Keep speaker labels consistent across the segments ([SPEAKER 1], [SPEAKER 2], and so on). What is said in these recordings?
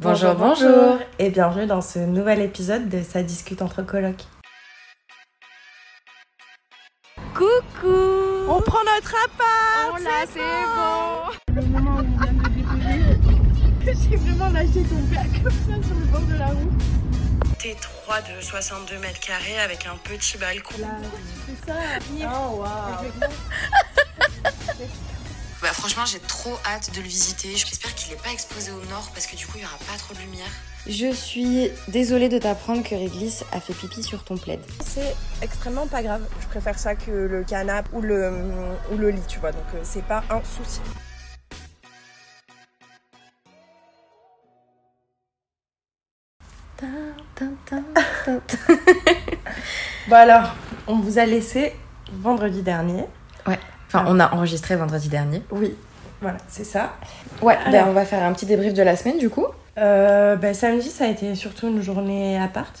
[SPEAKER 1] Bonjour, bonjour
[SPEAKER 2] et bienvenue dans ce nouvel épisode de Ça discute entre colocs.
[SPEAKER 1] Coucou
[SPEAKER 3] On prend notre appart
[SPEAKER 4] Oh
[SPEAKER 1] On l'a, c'est bon
[SPEAKER 4] Le moment où on vient de me déposer, j'ai vraiment lâché ton père comme ça sur le bord de la route.
[SPEAKER 5] T3 de 62 mètres carrés avec un petit balcon.
[SPEAKER 4] Là, tu fais ça
[SPEAKER 3] Oh waouh
[SPEAKER 5] Bah franchement j'ai trop hâte de le visiter. J'espère qu'il n'est pas exposé au nord parce que du coup il n'y aura pas trop de lumière.
[SPEAKER 1] Je suis désolée de t'apprendre que Réglisse a fait pipi sur ton plaid.
[SPEAKER 3] C'est extrêmement pas grave. Je préfère ça que le canapé ou le, ou le lit, tu vois. Donc euh, c'est pas un souci.
[SPEAKER 2] Bon Bah alors, on vous a laissé vendredi dernier.
[SPEAKER 1] Enfin, on a enregistré vendredi dernier.
[SPEAKER 2] Oui, voilà, c'est ça.
[SPEAKER 1] Ouais,
[SPEAKER 2] Alors.
[SPEAKER 1] ben on va faire un petit débrief de la semaine du coup.
[SPEAKER 2] Euh, bah, samedi, ça a été surtout une journée à part.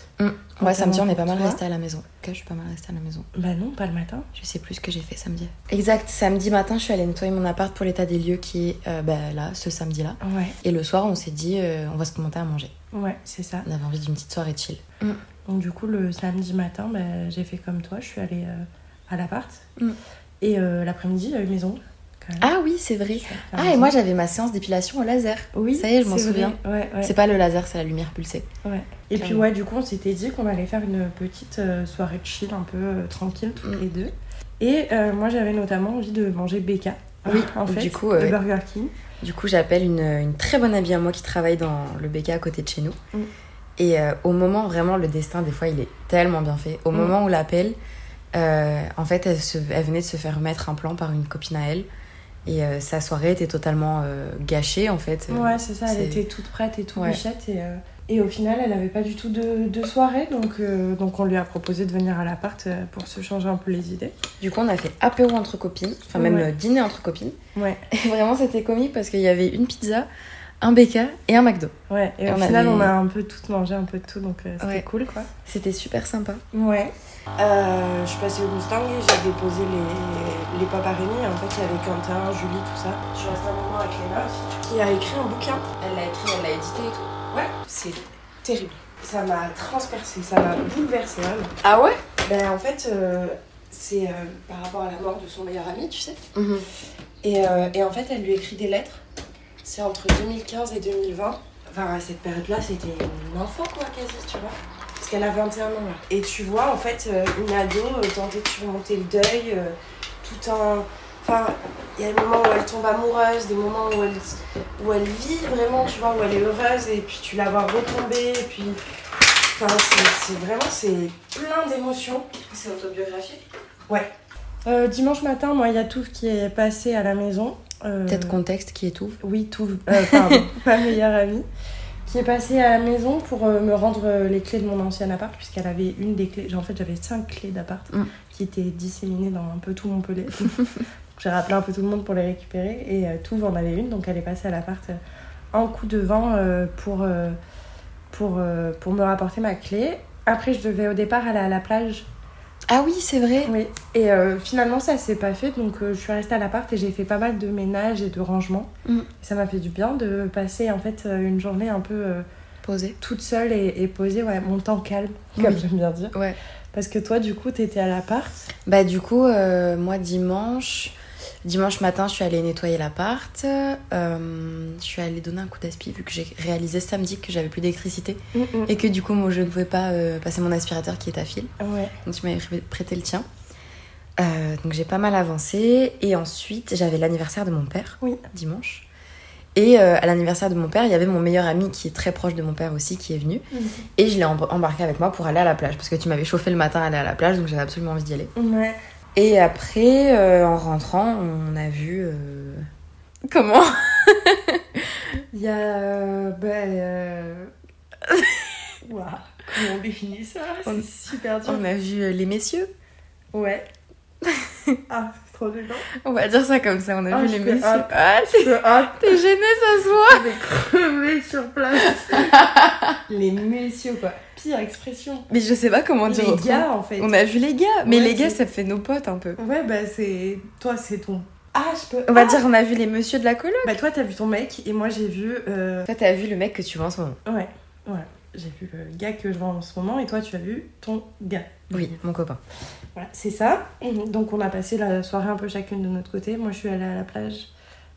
[SPEAKER 1] Ouais, samedi, on est pas
[SPEAKER 2] Toi
[SPEAKER 1] mal resté à la maison. En tout cas, je suis pas mal restée à la maison.
[SPEAKER 2] Bah non, pas le matin.
[SPEAKER 1] Je sais plus ce que j'ai fait samedi. Exact, samedi matin, je suis allée nettoyer mon appart pour l'état des lieux qui est euh, ben, là, ce samedi-là.
[SPEAKER 2] Ouais,
[SPEAKER 1] Et le soir, on s'est dit, euh, on va se commenter à manger.
[SPEAKER 2] ouais, c'est ça.
[SPEAKER 1] On avait envie d'une petite soirée chill.
[SPEAKER 2] Donc du coup, le samedi matin, bah, j'ai fait comme toi, je suis allée euh, à l'appart.
[SPEAKER 1] Mm.
[SPEAKER 2] Et euh, l'après-midi, il y a eu maison. Quand même.
[SPEAKER 1] Ah oui, c'est vrai. Ah, et moi, j'avais ma séance d'épilation au laser.
[SPEAKER 2] oui,
[SPEAKER 1] ça y est, je m'en
[SPEAKER 2] c'est vrai.
[SPEAKER 1] souviens.
[SPEAKER 2] Ouais, ouais.
[SPEAKER 1] C'est pas le laser, c'est la lumière pulsée.
[SPEAKER 2] Ouais. Et puis
[SPEAKER 1] Clairement.
[SPEAKER 2] ouais, du coup, on s'était dit qu'on allait faire une petite euh, soirée de chill un peu euh, tranquille toutes
[SPEAKER 1] Mm.
[SPEAKER 2] les deux. Et euh, moi, j'avais notamment envie de manger BK.
[SPEAKER 1] Oui,
[SPEAKER 2] en fait,
[SPEAKER 1] du coup, euh,
[SPEAKER 2] de Burger King.
[SPEAKER 1] Du coup, j'appelle une, une très bonne amie à moi qui travaille dans le BK à côté de chez nous.
[SPEAKER 2] Mm.
[SPEAKER 1] Et euh, au moment, vraiment, le destin, des fois, il est tellement bien fait. Au
[SPEAKER 2] Mm.
[SPEAKER 1] moment où l'appelle, euh, en fait, elle, se- elle venait de se faire mettre un plan par une copine à elle. Et euh, sa soirée était totalement euh, gâchée, en fait. Euh,
[SPEAKER 2] ouais, c'est ça. Elle
[SPEAKER 1] c'est-
[SPEAKER 2] était toute prête et tout
[SPEAKER 1] Ouais.
[SPEAKER 2] bichette. Et, euh, et au final, elle avait pas du tout de, de soirée. Donc, euh, donc on lui a proposé de venir à l'appart euh, pour se changer un peu les idées.
[SPEAKER 1] Du coup, on a fait apéro entre copines, enfin même
[SPEAKER 2] Ouais.
[SPEAKER 1] euh, dîner entre copines.
[SPEAKER 2] Ouais.
[SPEAKER 1] Et vraiment, c'était comique parce qu'il y avait une pizza, un BK et un McDo.
[SPEAKER 2] Ouais. Et au
[SPEAKER 1] On
[SPEAKER 2] final,
[SPEAKER 1] avait-
[SPEAKER 2] on a un peu toutes mangé, un peu de tout. Donc euh, c'était
[SPEAKER 1] Ouais.
[SPEAKER 2] cool, quoi.
[SPEAKER 1] C'était super sympa.
[SPEAKER 2] Ouais. Euh, je suis passée au Mustang et j'ai déposé les, les papas Rémi. En fait, il y avait Quentin, Julie, tout ça. Je suis restée un moment avec Léna aussi, qui a écrit un bouquin.
[SPEAKER 1] Elle l'a écrit, elle l'a édité et tout.
[SPEAKER 2] Ouais, c'est terrible. Ça m'a transpercée, ça m'a bouleversée. vraiment.
[SPEAKER 1] Ah ouais
[SPEAKER 2] Ben, en fait, euh, c'est euh, par rapport à la mort de son meilleur ami, tu sais.
[SPEAKER 1] Mhm.
[SPEAKER 2] Et, euh, et en fait, elle lui écrit des lettres. C'est entre 2015 et 2020. Enfin, à cette période-là, c'était une enfant, quoi, quasi, tu vois. Parce qu'elle a 21 ans. là. Et tu vois, en fait, euh, une ado euh, tenter de surmonter le deuil, euh, tout en. Enfin, il y a des moments où elle tombe amoureuse, des moments où elle, où elle vit vraiment, tu vois, où elle est heureuse, et puis tu la vois retomber, et puis. Enfin, c'est- c'est vraiment, c'est plein d'émotions.
[SPEAKER 1] C'est autobiographique.
[SPEAKER 2] Euh, dimanche matin, moi, il y a Touf qui est passé à la maison. Euh,
[SPEAKER 1] Peut-être contexte qui étouffe.
[SPEAKER 2] Oui, Touf, euh, pardon, ma meilleure amie, qui est passé à la maison pour euh, me rendre euh, les clés de mon ancien appart, puisqu'elle avait une des clés. En fait, j'avais cinq clés d'appart
[SPEAKER 1] Mm.
[SPEAKER 2] qui étaient disséminées dans un peu tout Montpellier. Donc, J'ai rappelé un peu tout le monde pour les récupérer et euh, Touf en avait une, donc elle est passée à l'appart euh, un coup de vent euh, pour, euh, pour, euh, pour me rapporter ma clé. Après, je devais au départ aller à la plage
[SPEAKER 1] Ah oui, c'est vrai.
[SPEAKER 2] oui, et euh, finalement ça s'est pas fait, donc euh, je suis restée à l'appart et j'ai fait pas mal de ménage et de rangement.
[SPEAKER 1] Mm.
[SPEAKER 2] Et ça m'a fait du bien de passer en fait euh, une journée un peu euh,
[SPEAKER 1] Posé.
[SPEAKER 2] toute seule et, et posée, ouais, mon temps calme, comme
[SPEAKER 1] Oui.
[SPEAKER 2] j'aime bien dire.
[SPEAKER 1] Ouais.
[SPEAKER 2] Parce que toi du coup t'étais à l'appart.
[SPEAKER 1] Bah du coup, euh, moi dimanche, dimanche matin, je suis allée nettoyer l'appart. Euh, je suis allée donner un coup d'aspi vu que j'ai réalisé samedi que j'avais plus d'électricité et que du coup, moi, je ne pouvais pas euh, passer mon aspirateur qui est à fil.
[SPEAKER 2] Ouais.
[SPEAKER 1] Donc tu m'avais pré- prêté le tien. Euh, donc j'ai pas mal avancé et ensuite j'avais l'anniversaire de mon père
[SPEAKER 2] Oui.
[SPEAKER 1] dimanche. Et euh, à l'anniversaire de mon père, il y avait mon meilleur ami qui est très proche de mon père aussi qui est venu.
[SPEAKER 2] Mhm.
[SPEAKER 1] Et je l'ai emb- embarqué avec moi pour aller à la plage parce que tu m'avais chauffé le matin à aller à la plage donc j'avais absolument envie d'y aller.
[SPEAKER 2] Ouais.
[SPEAKER 1] Et après, euh, en rentrant, on a vu. euh, Comment
[SPEAKER 2] Il y a. euh, ben. euh, Waouh, comment on définit ça
[SPEAKER 1] On-
[SPEAKER 2] C'est super dur.
[SPEAKER 1] On a vu euh, Les Messieurs.
[SPEAKER 2] Ouais. ah, c'est trop gênant.
[SPEAKER 1] On va dire ça comme ça, on a
[SPEAKER 2] Ah,
[SPEAKER 1] vu
[SPEAKER 2] je
[SPEAKER 1] Les
[SPEAKER 2] fais
[SPEAKER 1] Messieurs.
[SPEAKER 2] hop.
[SPEAKER 1] Ah,
[SPEAKER 2] Je peux- ah,
[SPEAKER 1] t'es gênée, ça se voit
[SPEAKER 2] vais crever sur place. les messieurs, quoi. Pire expression.
[SPEAKER 1] Mais je sais pas comment dire.
[SPEAKER 2] les
[SPEAKER 1] autrement.
[SPEAKER 2] gars, en fait.
[SPEAKER 1] On a vu les gars, mais
[SPEAKER 2] Ouais,
[SPEAKER 1] les gars,
[SPEAKER 2] c'est-
[SPEAKER 1] ça fait nos potes un peu.
[SPEAKER 2] Ouais, bah c'est. Toi, c'est ton Ah, je peux.
[SPEAKER 1] On va dire, on a vu les messieurs de la coloc.
[SPEAKER 2] Bah, toi, t'as vu ton mec et moi, j'ai vu. euh,
[SPEAKER 1] Toi, t'as vu le mec que tu vois en ce moment
[SPEAKER 2] Ouais, voilà. J'ai vu le gars que je vois en ce moment et toi, tu as vu ton gars.
[SPEAKER 1] Oui, mon copain.
[SPEAKER 2] Voilà, c'est ça. Donc, on a passé la soirée un peu chacune de notre côté. Moi, je suis allée à la plage.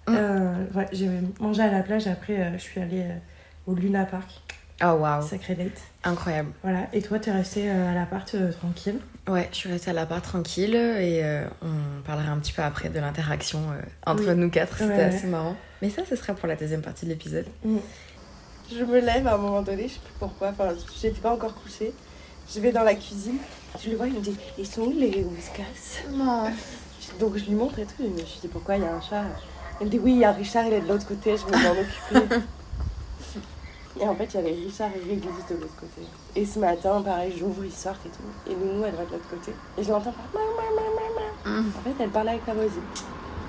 [SPEAKER 1] Mm.
[SPEAKER 2] Euh, ouais, j'ai mangé à la plage. Après, euh, je suis allée euh, au Luna Park.
[SPEAKER 1] Oh waouh,
[SPEAKER 2] Sacré date.
[SPEAKER 1] incroyable.
[SPEAKER 2] Voilà. Et toi, t'es restée euh, à l'appart euh, tranquille.
[SPEAKER 1] Ouais, je suis restée à la part tranquille et euh, on parlera un petit peu après de l'interaction euh, entre
[SPEAKER 2] Oui.
[SPEAKER 1] nous quatre, c'était
[SPEAKER 2] Ouais, ouais.
[SPEAKER 1] assez marrant. Mais ça, ce sera pour la deuxième partie de l'épisode.
[SPEAKER 5] Je me lève à un moment donné, je sais plus pourquoi, enfin, j'étais pas encore couchée. Je vais dans la cuisine, je le vois, il me dit Ils sont où les whiskas Donc je lui montre et tout, je me suis dit Pourquoi il y a un chat Elle me dit Oui, il y a Richard, il est de l'autre côté, je vais m'en occuper. et en fait, il y avait Richard et Réglisse de l'autre côté. Et ce matin, pareil, j'ouvre, ils sortent et tout. Et Nounou, elle va de l'autre côté. Et je l'entends parler Maman, maman, maman.
[SPEAKER 1] Mm.
[SPEAKER 5] En fait, elle parlait avec la voisine.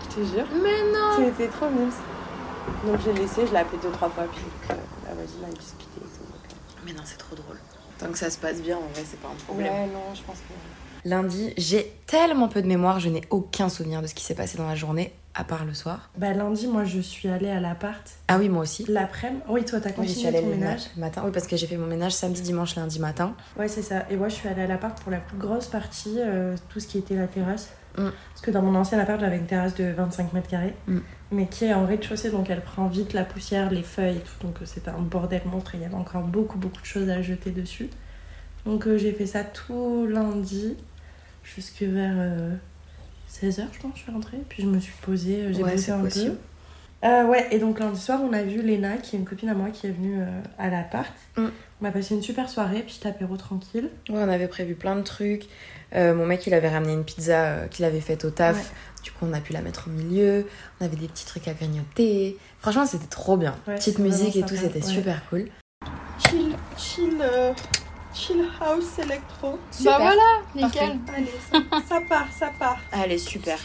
[SPEAKER 5] Je te jure.
[SPEAKER 1] Mais non
[SPEAKER 5] C'était trop mimes. Donc j'ai laissé, je l'ai appelé deux, trois fois, puis euh, la voisine a discuté et tout. euh,
[SPEAKER 6] Mais non, c'est trop drôle. Tant que ça se passe bien, en vrai, c'est pas un
[SPEAKER 5] donc, euh,
[SPEAKER 6] problème.
[SPEAKER 5] Ouais, non, je pense que.
[SPEAKER 1] Lundi, j'ai tellement peu de mémoire, je n'ai aucun souvenir de ce qui s'est passé dans la journée, à part le soir.
[SPEAKER 2] Bah, lundi, moi, je suis allée à l'appart.
[SPEAKER 1] Ah oui, moi aussi.
[SPEAKER 2] L'après-midi. Oui, toi, t'as
[SPEAKER 1] Oui, je suis
[SPEAKER 2] continué
[SPEAKER 1] allée
[SPEAKER 2] ton
[SPEAKER 1] le
[SPEAKER 2] ménage.
[SPEAKER 1] ma- matin. Oui, parce que j'ai fait mon ménage samedi, dimanche, lundi matin.
[SPEAKER 2] Ouais, c'est ça. Et moi, je suis allée à l'appart pour la plus grosse partie, euh, tout ce qui était la terrasse.
[SPEAKER 1] Mm.
[SPEAKER 2] Parce que dans mon ancien appart, j'avais une terrasse de 25 mètres carrés,
[SPEAKER 1] Mm.
[SPEAKER 2] mais qui est en rez-de-chaussée, donc elle prend vite la poussière, les feuilles et tout. Donc euh, c'était un bordel monstre et il y avait encore beaucoup, beaucoup de choses à jeter dessus. Donc euh, j'ai fait ça tout lundi, jusque vers 16h, je pense, je suis rentrée. Puis je me suis posée, euh, j'ai
[SPEAKER 1] Ouais,
[SPEAKER 2] bossé
[SPEAKER 1] c'est
[SPEAKER 2] un
[SPEAKER 1] possible.
[SPEAKER 2] peu. Euh, ouais, et donc lundi soir, on a vu Léna, qui est une copine à moi qui est venue euh, à l'appart.
[SPEAKER 1] Mm.
[SPEAKER 2] On a passé une super soirée, petit apéro tranquille.
[SPEAKER 1] Ouais, on avait prévu plein de trucs. Euh, mon mec, il avait ramené une pizza euh, qu'il avait faite au taf. Du coup, on a pu la mettre au milieu. On avait des petits trucs à grignoter. Franchement, c'était trop bien.
[SPEAKER 2] Ouais,
[SPEAKER 1] Petite
[SPEAKER 2] c'est
[SPEAKER 1] musique et
[SPEAKER 2] vraiment
[SPEAKER 1] tout,
[SPEAKER 2] sympa,
[SPEAKER 1] c'était
[SPEAKER 2] ouais.
[SPEAKER 1] super cool.
[SPEAKER 5] Chill, chill, euh, chill house électro.
[SPEAKER 7] Bah voilà,
[SPEAKER 1] Parfait.
[SPEAKER 7] nickel.
[SPEAKER 5] Allez, ça, ça part, ça part.
[SPEAKER 6] Allez, Ah, super.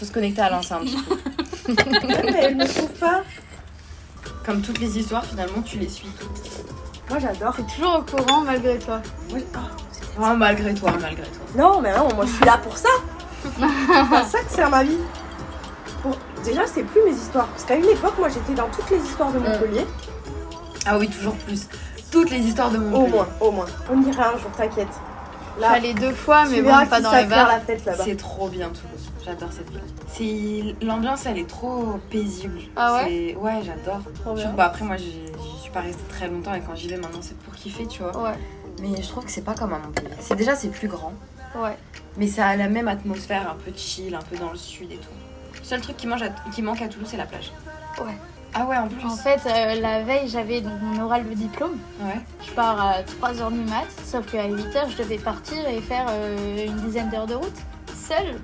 [SPEAKER 6] Faut se connecter à l'ensemble.
[SPEAKER 5] Ouais, mais elle ne trouve pas.
[SPEAKER 6] Comme toutes les histoires, finalement, tu les suis toutes.
[SPEAKER 5] Moi, j'adore. oh.
[SPEAKER 7] T'es toujours au courant malgré toi.
[SPEAKER 6] Ah, malgré toi, malgré toi.
[SPEAKER 5] Non, mais non, moi, je suis là pour ça. c'est à ça que sert ma vie. Bon, déjà, c'est plus mes histoires. Parce qu'à une époque, moi, j'étais dans toutes les histoires de Montpellier.
[SPEAKER 6] Ah oui, toujours plus. Toutes les histoires de
[SPEAKER 7] Euh,
[SPEAKER 6] mon
[SPEAKER 5] Au moins, au moins. On ira un jour, t'inquiète.
[SPEAKER 7] J'allais
[SPEAKER 5] Là,
[SPEAKER 7] deux fois,
[SPEAKER 5] tu
[SPEAKER 7] ah, mais
[SPEAKER 5] verras
[SPEAKER 7] bon, pas
[SPEAKER 5] qui
[SPEAKER 7] dans
[SPEAKER 5] savent
[SPEAKER 7] les
[SPEAKER 5] faire
[SPEAKER 7] bars.
[SPEAKER 5] la fête là-bas.
[SPEAKER 6] C'est trop bien Toulouse. J'adore cette ville. C'est l'ambiance, elle est trop paisible.
[SPEAKER 7] Ah ouais
[SPEAKER 6] C'est- Ouais, j'adore.
[SPEAKER 7] Trop
[SPEAKER 6] Je-
[SPEAKER 7] bien.
[SPEAKER 6] Bah après moi, j'y j'y suis pas restée très longtemps et quand j'y vais maintenant, c'est pour kiffer, tu vois.
[SPEAKER 7] Ouais,
[SPEAKER 6] Mais je trouve que c'est pas comme à Montpellier. C'est déjà c'est plus grand,
[SPEAKER 7] ouais.
[SPEAKER 6] mais ça a la même atmosphère, un peu chill, un peu dans le sud et tout. Le seul truc qui, mange à- qui manque à Toulouse, c'est la plage.
[SPEAKER 7] Ouais.
[SPEAKER 6] Ah ouais, en plus.
[SPEAKER 7] En fait, euh, la veille, j'avais donc mon oral de diplôme.
[SPEAKER 6] Ouais.
[SPEAKER 7] Je pars à 3h du mat, sauf qu'à 8h, je devais partir et faire euh, une dizaine d'heures de route. Seule,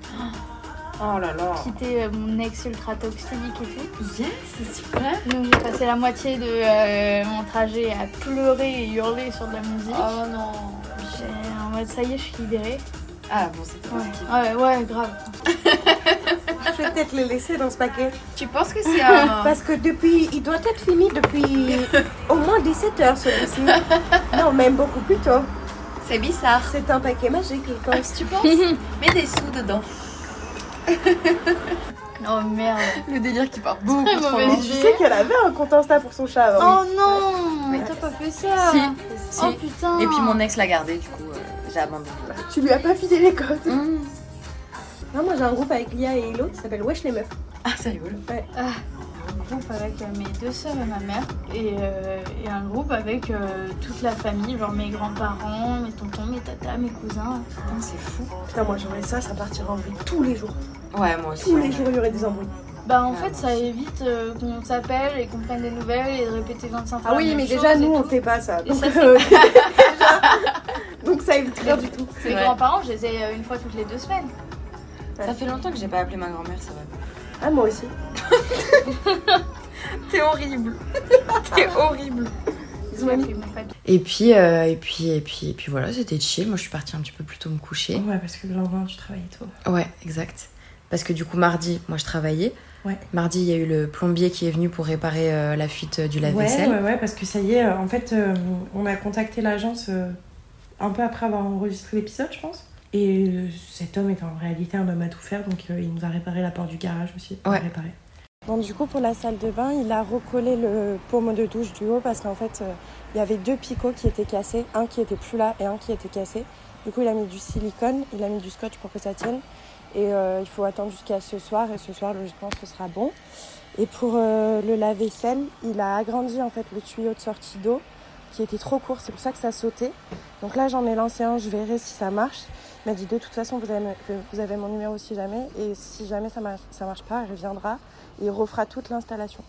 [SPEAKER 6] Oh là là.
[SPEAKER 7] quitter euh, mon ex ultra toxique et tout.
[SPEAKER 6] Yes, c'est super.
[SPEAKER 7] Donc j'ai passé la moitié de euh, mon trajet à pleurer et hurler sur de la musique.
[SPEAKER 5] Ah
[SPEAKER 6] Oh non.
[SPEAKER 7] J'ai en mode ça y est, je suis libérée.
[SPEAKER 6] Ah bon, c'était
[SPEAKER 7] Ouais,
[SPEAKER 6] positif.
[SPEAKER 7] ouais, ouais, grave.
[SPEAKER 5] Je vais peut-être les laisser dans ce paquet.
[SPEAKER 6] Tu penses que c'est
[SPEAKER 7] Ah.
[SPEAKER 6] un.
[SPEAKER 5] Parce que depuis, il doit être fini depuis au moins 17 heures celui-ci. Non, même beaucoup plus tôt.
[SPEAKER 6] c'est bizarre.
[SPEAKER 5] C'est un paquet magique, je
[SPEAKER 7] Ah,
[SPEAKER 5] pense.
[SPEAKER 6] Tu penses Mets des sous dedans.
[SPEAKER 7] Oh merde.
[SPEAKER 6] Le délire qui part beaucoup
[SPEAKER 7] Très
[SPEAKER 5] Mais
[SPEAKER 7] mauvaise
[SPEAKER 5] tu
[SPEAKER 7] idée.
[SPEAKER 5] sais qu'elle avait un compte Insta pour son chat avant.
[SPEAKER 7] Oh non Mais t'as pas fait ça
[SPEAKER 6] Si.
[SPEAKER 7] Oh putain
[SPEAKER 6] Et puis mon ex l'a gardé, du coup, euh, j'ai abandonné.
[SPEAKER 5] Oh. Tu lui as pas filé les
[SPEAKER 7] Mmh.
[SPEAKER 5] codes. Non, moi j'ai un groupe avec Lia et Ilo qui s'appelle Wesh les meufs.
[SPEAKER 6] Ah, ça rigole.
[SPEAKER 7] groupe avec euh, mes deux sœurs et ma mère et, euh, et un groupe avec euh, toute la famille, genre mes grands-parents, mes tontons, mes tatas, mes cousins.
[SPEAKER 6] Putain, c'est fou.
[SPEAKER 5] Putain, moi j'aurais ça, ça partirait en vrille tous les jours.
[SPEAKER 6] Ouais, moi aussi.
[SPEAKER 5] Tous
[SPEAKER 6] ouais.
[SPEAKER 5] les jours, il y aurait des embrouilles.
[SPEAKER 7] Bah en
[SPEAKER 6] Ah,
[SPEAKER 7] fait
[SPEAKER 6] mince.
[SPEAKER 7] ça évite euh, qu'on s'appelle et qu'on prenne des nouvelles et de répéter 25 fois.
[SPEAKER 5] Ah
[SPEAKER 7] la
[SPEAKER 5] oui,
[SPEAKER 7] même
[SPEAKER 5] mais
[SPEAKER 7] chose
[SPEAKER 5] déjà
[SPEAKER 7] et
[SPEAKER 5] nous
[SPEAKER 7] tout.
[SPEAKER 5] on fait pas ça.
[SPEAKER 7] Et
[SPEAKER 5] Donc,
[SPEAKER 7] ça, c'est-
[SPEAKER 5] euh, déjà, donc ça évite rien du tout.
[SPEAKER 7] Mes
[SPEAKER 6] vrai.
[SPEAKER 7] grands-parents, je les ai euh, une fois toutes les deux semaines.
[SPEAKER 6] Ça fait longtemps que j'ai pas appelé ma grand-mère, ça va.
[SPEAKER 5] Ah, moi aussi.
[SPEAKER 6] T'es horrible. T'es horrible.
[SPEAKER 7] Ils
[SPEAKER 5] Mmh.
[SPEAKER 7] m'ont pris mon papier.
[SPEAKER 1] Et puis, euh, et puis, et puis, et puis voilà, c'était chill. Moi, je suis partie un petit peu plus tôt me coucher.
[SPEAKER 2] Ouais, parce que le lendemain, tu travailles et tout.
[SPEAKER 1] Ouais, exact. Parce que du coup, mardi, moi, je travaillais.
[SPEAKER 2] Ouais.
[SPEAKER 1] Mardi, il y a eu le plombier qui est venu pour réparer euh, la fuite euh, du
[SPEAKER 2] Ouais,
[SPEAKER 1] lave-vaisselle.
[SPEAKER 2] ouais, ouais, parce que ça y est, euh, en fait, euh, on a contacté l'agence euh, un peu après avoir enregistré l'épisode, je pense. Et euh, cet homme est en réalité un homme à tout faire, donc euh, il nous a réparé la porte du garage aussi. Il a
[SPEAKER 1] Ouais.
[SPEAKER 2] réparé.
[SPEAKER 5] Bon, du coup, pour la salle de bain, il a recollé le pommeau de douche du haut parce qu'en fait, euh, il y avait deux picots qui étaient cassés, un qui était plus là et un qui était cassé. Du coup, il a mis du silicone, il a mis du scotch pour que ça tienne. Et euh, il faut attendre jusqu'à ce soir. Et ce soir, logiquement, ce sera bon. Et pour euh, le lave-vaisselle, il a agrandi en fait le tuyau de sortie d'eau qui était trop court. C'est pour ça que ça sautait. Donc là, j'en ai lancé un. Je verrai si ça marche. Il m'a dit de toute façon, vous avez, vous avez mon numéro si jamais. Et si jamais ça marche, ça marche pas, il reviendra et il refera toute l'installation.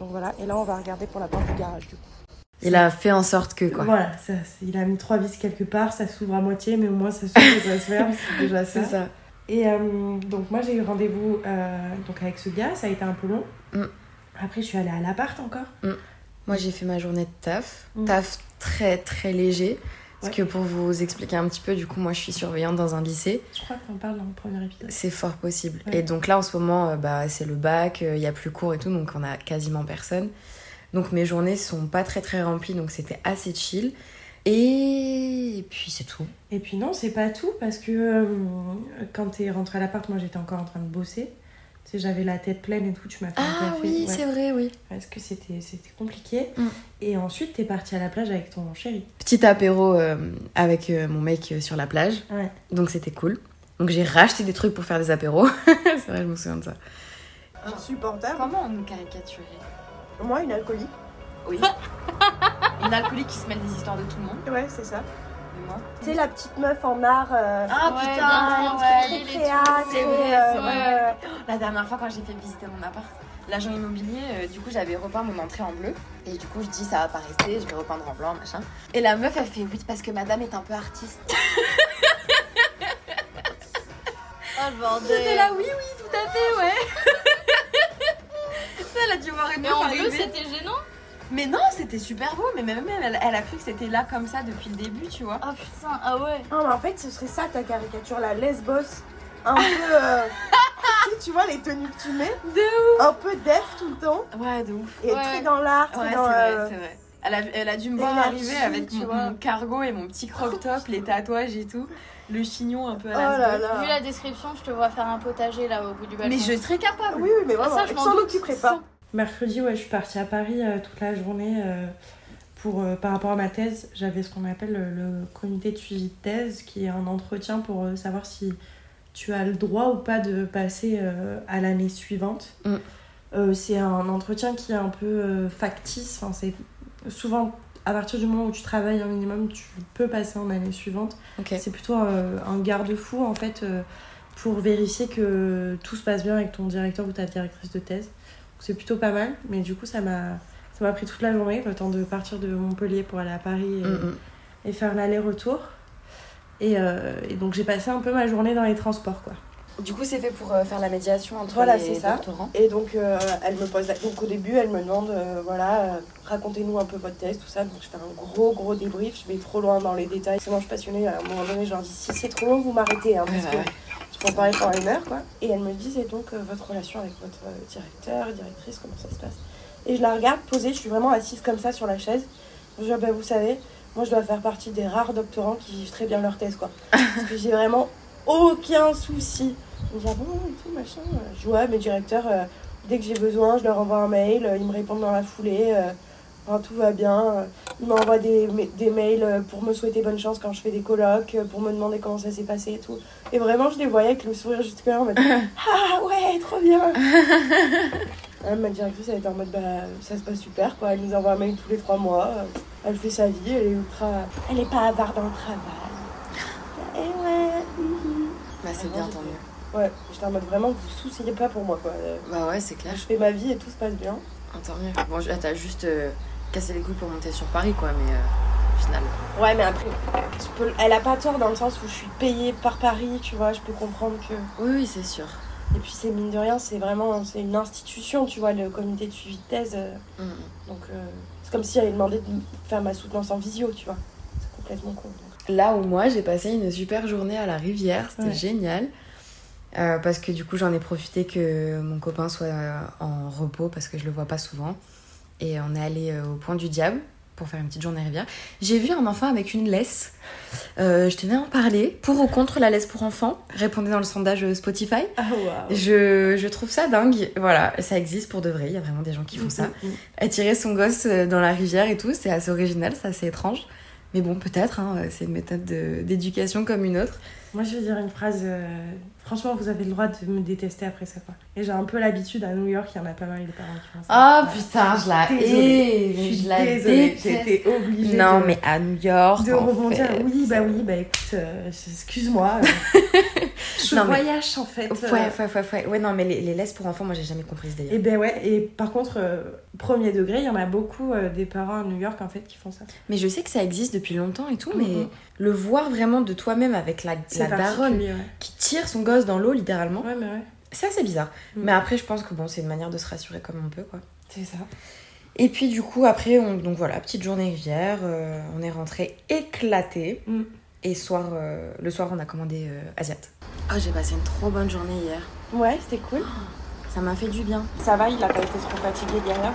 [SPEAKER 5] Donc voilà, et là on va regarder pour la porte du garage du coup.
[SPEAKER 1] Il a fait en sorte que, quoi.
[SPEAKER 2] Voilà, ça- c'est- il a mis trois vis quelque part, ça s'ouvre à moitié, mais au moins ça s'ouvre et ça se ferme, c'est déjà ça.
[SPEAKER 1] C'est ça.
[SPEAKER 2] Et euh, donc moi j'ai eu rendez-vous euh, donc avec ce gars, ça a été un peu long.
[SPEAKER 1] Mm.
[SPEAKER 2] Après je suis allée à l'appart encore.
[SPEAKER 1] Moi, j'ai fait ma journée de taf.
[SPEAKER 2] Mm.
[SPEAKER 1] Taf très, très léger. Parce
[SPEAKER 2] Ouais.
[SPEAKER 1] que pour vous expliquer un petit peu, du coup, moi, je suis surveillante dans un lycée.
[SPEAKER 2] Je crois que t'en parles dans le premier épisode.
[SPEAKER 1] C'est fort possible.
[SPEAKER 2] Ouais.
[SPEAKER 1] Et donc là, en ce moment, euh, bah, c'est le bac, il n'y a plus cours et tout, donc on a quasiment personne. Donc mes journées sont pas très très remplies, donc c'était assez chill. Et, et puis c'est tout.
[SPEAKER 2] Et puis non, c'est pas tout parce que euh, quand t'es rentrée à l'appart, moi j'étais encore en train de bosser. Tu sais, j'avais la tête pleine et tout, tu m'as fait un
[SPEAKER 1] Ah
[SPEAKER 2] café.
[SPEAKER 1] oui,
[SPEAKER 2] Ouais.
[SPEAKER 1] c'est vrai, oui.
[SPEAKER 2] Parce que c'était c'était compliqué.
[SPEAKER 1] Mm.
[SPEAKER 2] Et ensuite, t'es partie à la plage avec ton chéri.
[SPEAKER 1] Petit apéro euh, avec euh, mon mec euh, sur la plage,
[SPEAKER 2] Ouais.
[SPEAKER 1] donc c'était cool. Donc j'ai racheté des trucs pour faire des apéros. c'est vrai, je me souviens de ça.
[SPEAKER 5] Insupportable.
[SPEAKER 7] Comment on nous caricaturait
[SPEAKER 5] Moi, une alcoolique.
[SPEAKER 8] Une alcoolique qui se mêle des histoires de tout le monde.
[SPEAKER 5] Ouais, c'est ça.
[SPEAKER 8] Mais moi.
[SPEAKER 5] Tu sais, la petite meuf en art. euh,
[SPEAKER 8] Ah
[SPEAKER 7] Ouais,
[SPEAKER 8] putain,
[SPEAKER 7] bien,
[SPEAKER 8] ouais,
[SPEAKER 7] ouais,
[SPEAKER 8] très
[SPEAKER 7] il est
[SPEAKER 5] créa,
[SPEAKER 8] tout-
[SPEAKER 5] très,
[SPEAKER 8] c'est vrai,
[SPEAKER 5] euh,
[SPEAKER 8] c'est vrai.
[SPEAKER 5] ouais, ouais.
[SPEAKER 8] La dernière fois quand j'ai fait visiter mon appart, l'agent immobilier, euh, du coup j'avais repeint mon entrée en bleu. Et du coup je dis ça va pas rester, je vais repeindre en blanc, machin. Et la meuf elle fait oui parce que madame est un peu artiste.
[SPEAKER 7] Oh le bordel
[SPEAKER 8] J'étais là oui oui tout à fait ouais. ça elle a dû voir une
[SPEAKER 7] Mais
[SPEAKER 8] meuf
[SPEAKER 7] en bleu,
[SPEAKER 8] arriver.
[SPEAKER 7] c'était gênant
[SPEAKER 8] Mais non c'était super beau, mais même elle, elle a cru que c'était là comme ça depuis le début tu vois.
[SPEAKER 7] Ah putain, ah ouais
[SPEAKER 5] Ah, mais en fait, ce serait ça ta caricature, la lesbos. Un peu. euh, tu sais, tu vois les tenues que tu mets. Un peu def tout le temps.
[SPEAKER 8] Ouais de ouf.
[SPEAKER 5] Et
[SPEAKER 7] Ouais.
[SPEAKER 5] très dans l'art,
[SPEAKER 8] Ouais
[SPEAKER 5] très
[SPEAKER 8] c'est
[SPEAKER 5] dans.
[SPEAKER 8] vrai
[SPEAKER 5] euh,
[SPEAKER 8] c'est vrai. Elle a, elle a dû me voir
[SPEAKER 5] l'énergie,
[SPEAKER 8] arriver avec
[SPEAKER 5] tu
[SPEAKER 8] mon,
[SPEAKER 5] vois.
[SPEAKER 8] mon cargo et mon petit
[SPEAKER 4] Oh,
[SPEAKER 8] crop top, les tatouages et tout, le chignon un peu à
[SPEAKER 5] Oh là
[SPEAKER 8] la Sbot.
[SPEAKER 7] Vu
[SPEAKER 5] là.
[SPEAKER 7] la description, je te vois faire un potager là au bout du balcon.
[SPEAKER 8] Ah. Mais je serais capable.
[SPEAKER 5] Oui, oui, mais
[SPEAKER 7] Ah,
[SPEAKER 5] vraiment,
[SPEAKER 7] ça, je
[SPEAKER 5] elle
[SPEAKER 7] m'en
[SPEAKER 5] s'en
[SPEAKER 7] doute.
[SPEAKER 5] occuperait pas.
[SPEAKER 2] Mercredi, ouais, je suis partie à Paris euh, toute la journée euh, pour, euh, par rapport à ma thèse. J'avais ce qu'on appelle le, le comité de suivi de thèse, qui est un entretien pour euh, savoir si tu as le droit ou pas de passer euh, à l'année suivante.
[SPEAKER 1] Mm.
[SPEAKER 2] Euh, c'est un entretien qui est un peu euh, factice. Enfin, c'est souvent à partir du moment où tu travailles un minimum, tu peux passer en année suivante.
[SPEAKER 1] Ok.
[SPEAKER 2] C'est plutôt euh, un garde-fou en fait euh, pour vérifier que tout se passe bien avec ton directeur ou ta directrice de thèse. Donc, C'est plutôt pas mal, mais du coup ça m'a ça m'a pris toute la journée, le temps de partir de Montpellier pour aller à Paris et,
[SPEAKER 1] Mm, mm.
[SPEAKER 2] et faire l'aller-retour. Et, euh, et donc j'ai passé un peu ma journée dans les transports quoi.
[SPEAKER 8] Du coup, c'est fait pour euh, faire la médiation entre
[SPEAKER 5] Voilà,
[SPEAKER 8] les
[SPEAKER 5] c'est ça.
[SPEAKER 8] doctorants.
[SPEAKER 5] Et donc, euh, elle me pose la... Donc, au début, elle me demande, euh, voilà, euh, racontez-nous un peu votre thèse, tout ça. Donc, je fais un gros, gros débrief. Je vais trop loin dans les détails. Sinon, je suis passionnée. À un moment donné, je leur dis, si c'est trop long, vous m'arrêtez. Hein, parce
[SPEAKER 8] Ouais,
[SPEAKER 5] que
[SPEAKER 8] ouais.
[SPEAKER 5] je peux en parler pendant une heure, quoi. Et elle me dit, c'est donc euh, votre relation avec votre euh, directeur, directrice, comment ça se passe Et je la regarde posée. Je suis vraiment assise comme ça sur la chaise. Je dis, Ah, bah, vous savez, moi, je dois faire partie des rares doctorants qui vivent très bien leur thèse, quoi. parce que j'ai vraiment aucun souci. Ils me disent, ah bon, et tout, machin. Je vois, mes directeurs... euh, Dès que j'ai besoin, je leur envoie un mail, euh, ils me répondent dans la foulée, euh, enfin, tout va bien. euh, Ils m'envoient des, ma- des mails euh, pour me souhaiter bonne chance quand je fais des colloques, euh, pour me demander comment ça s'est passé et tout. Et vraiment, je les voyais avec le sourire jusque là en mode Ah ouais, trop bien Elle, Ma directrice, elle était en mode Bah, ça se passe super quoi. Elle nous envoie un mail tous les trois mois, euh, elle fait sa vie, elle est ultra. Elle est pas avare dans le travail. Et ouais, mhm.
[SPEAKER 9] Bah, c'est bien, tant mieux.
[SPEAKER 5] Ouais, j'étais en mode vraiment, vous vous souciez pas pour moi quoi. Euh,
[SPEAKER 9] Bah, ouais, c'est clair.
[SPEAKER 5] Je fais ma vie et tout se passe bien.
[SPEAKER 9] Ah, Tant mieux. Bon, je- t'as juste euh, cassé les couilles pour monter sur Paris, quoi, mais euh, au final.
[SPEAKER 5] Ouais, mais après, je peux- elle a pas tort dans le sens où je suis payée par Paris, tu vois, je peux comprendre que.
[SPEAKER 9] Oui, oui, c'est sûr.
[SPEAKER 5] Et puis, c'est mine de rien, c'est vraiment c'est une institution, tu vois, le comité de suivi de thèse. euh,
[SPEAKER 9] Mm.
[SPEAKER 5] Donc, euh, c'est comme si elle avait demandé de me faire ma soutenance en visio, tu vois. C'est complètement con. donc.
[SPEAKER 1] Là où moi j'ai passé une super journée à la rivière, c'était
[SPEAKER 2] Ouais.
[SPEAKER 1] génial. Euh, parce que du coup j'en ai profité que mon copain soit euh, en repos parce que je le vois pas souvent. Et on est allé euh, au Point du Diable pour pour faire une petite journée rivière. J'ai vu un enfant avec une laisse. Euh, je tenais à en parler. Pour ou contre la laisse pour enfants Répondez dans le sondage euh, Spotify.
[SPEAKER 4] Ah, waouh.
[SPEAKER 1] Je, je trouve ça dingue. Voilà, ça existe pour de vrai. Il y a vraiment des gens qui font ça. Attirer son gosse euh, dans la rivière et tout, c'est assez original, c'est assez étrange. Mais bon, peut-être, hein, euh, c'est une méthode de- d'éducation comme une autre.
[SPEAKER 2] Moi, je vais dire une phrase. euh, Franchement, vous avez le droit de me détester après ça, quoi. Et j'ai un peu l'habitude à New York, il y en a pas mal les parents qui font ça.
[SPEAKER 1] Oh putain, je la
[SPEAKER 2] Désolée.
[SPEAKER 1] hais,
[SPEAKER 2] suis
[SPEAKER 1] je la
[SPEAKER 2] désolée,
[SPEAKER 1] déteste.
[SPEAKER 2] j'étais obligée.
[SPEAKER 1] Non,
[SPEAKER 2] de...
[SPEAKER 1] mais à New York.
[SPEAKER 2] De
[SPEAKER 1] en
[SPEAKER 2] rebondir,
[SPEAKER 1] fait.
[SPEAKER 2] oui, bah oui, bah écoute, euh, excuse-moi. euh, je
[SPEAKER 1] Non, mais-
[SPEAKER 2] voyage en fait. euh,
[SPEAKER 1] Ouais, ouais, ouais, ouais. Ouais, non, mais les, les laisses pour enfants, moi j'ai jamais compris ce délire.
[SPEAKER 2] Et ben ouais, et par contre, euh, premier degré, il y en a beaucoup euh, des parents à New York en fait qui font ça.
[SPEAKER 1] Mais je sais que ça existe depuis longtemps et tout, mais
[SPEAKER 2] Mhm.
[SPEAKER 1] le voir vraiment de toi-même avec la, la
[SPEAKER 2] C'est
[SPEAKER 1] daronne
[SPEAKER 2] particulier,
[SPEAKER 1] qui tire son gosse dans l'eau littéralement,
[SPEAKER 2] Ouais. ouais, mais ouais,
[SPEAKER 1] c'est assez bizarre.
[SPEAKER 2] Mhm.
[SPEAKER 1] Mais après, je pense que bon, c'est une manière de se rassurer comme on peut, quoi.
[SPEAKER 2] c'est ça.
[SPEAKER 1] Et puis du coup, après, on, donc voilà, petite journée rivière, euh, on est rentré éclaté.
[SPEAKER 2] Mhm.
[SPEAKER 1] Et soir, euh, le soir, on a commandé euh, Asiat.
[SPEAKER 8] Oh, j'ai passé une trop bonne journée hier.
[SPEAKER 5] Ouais, c'était cool.
[SPEAKER 8] Ça m'a fait du bien.
[SPEAKER 5] Ça va, il a pas été trop fatigué derrière.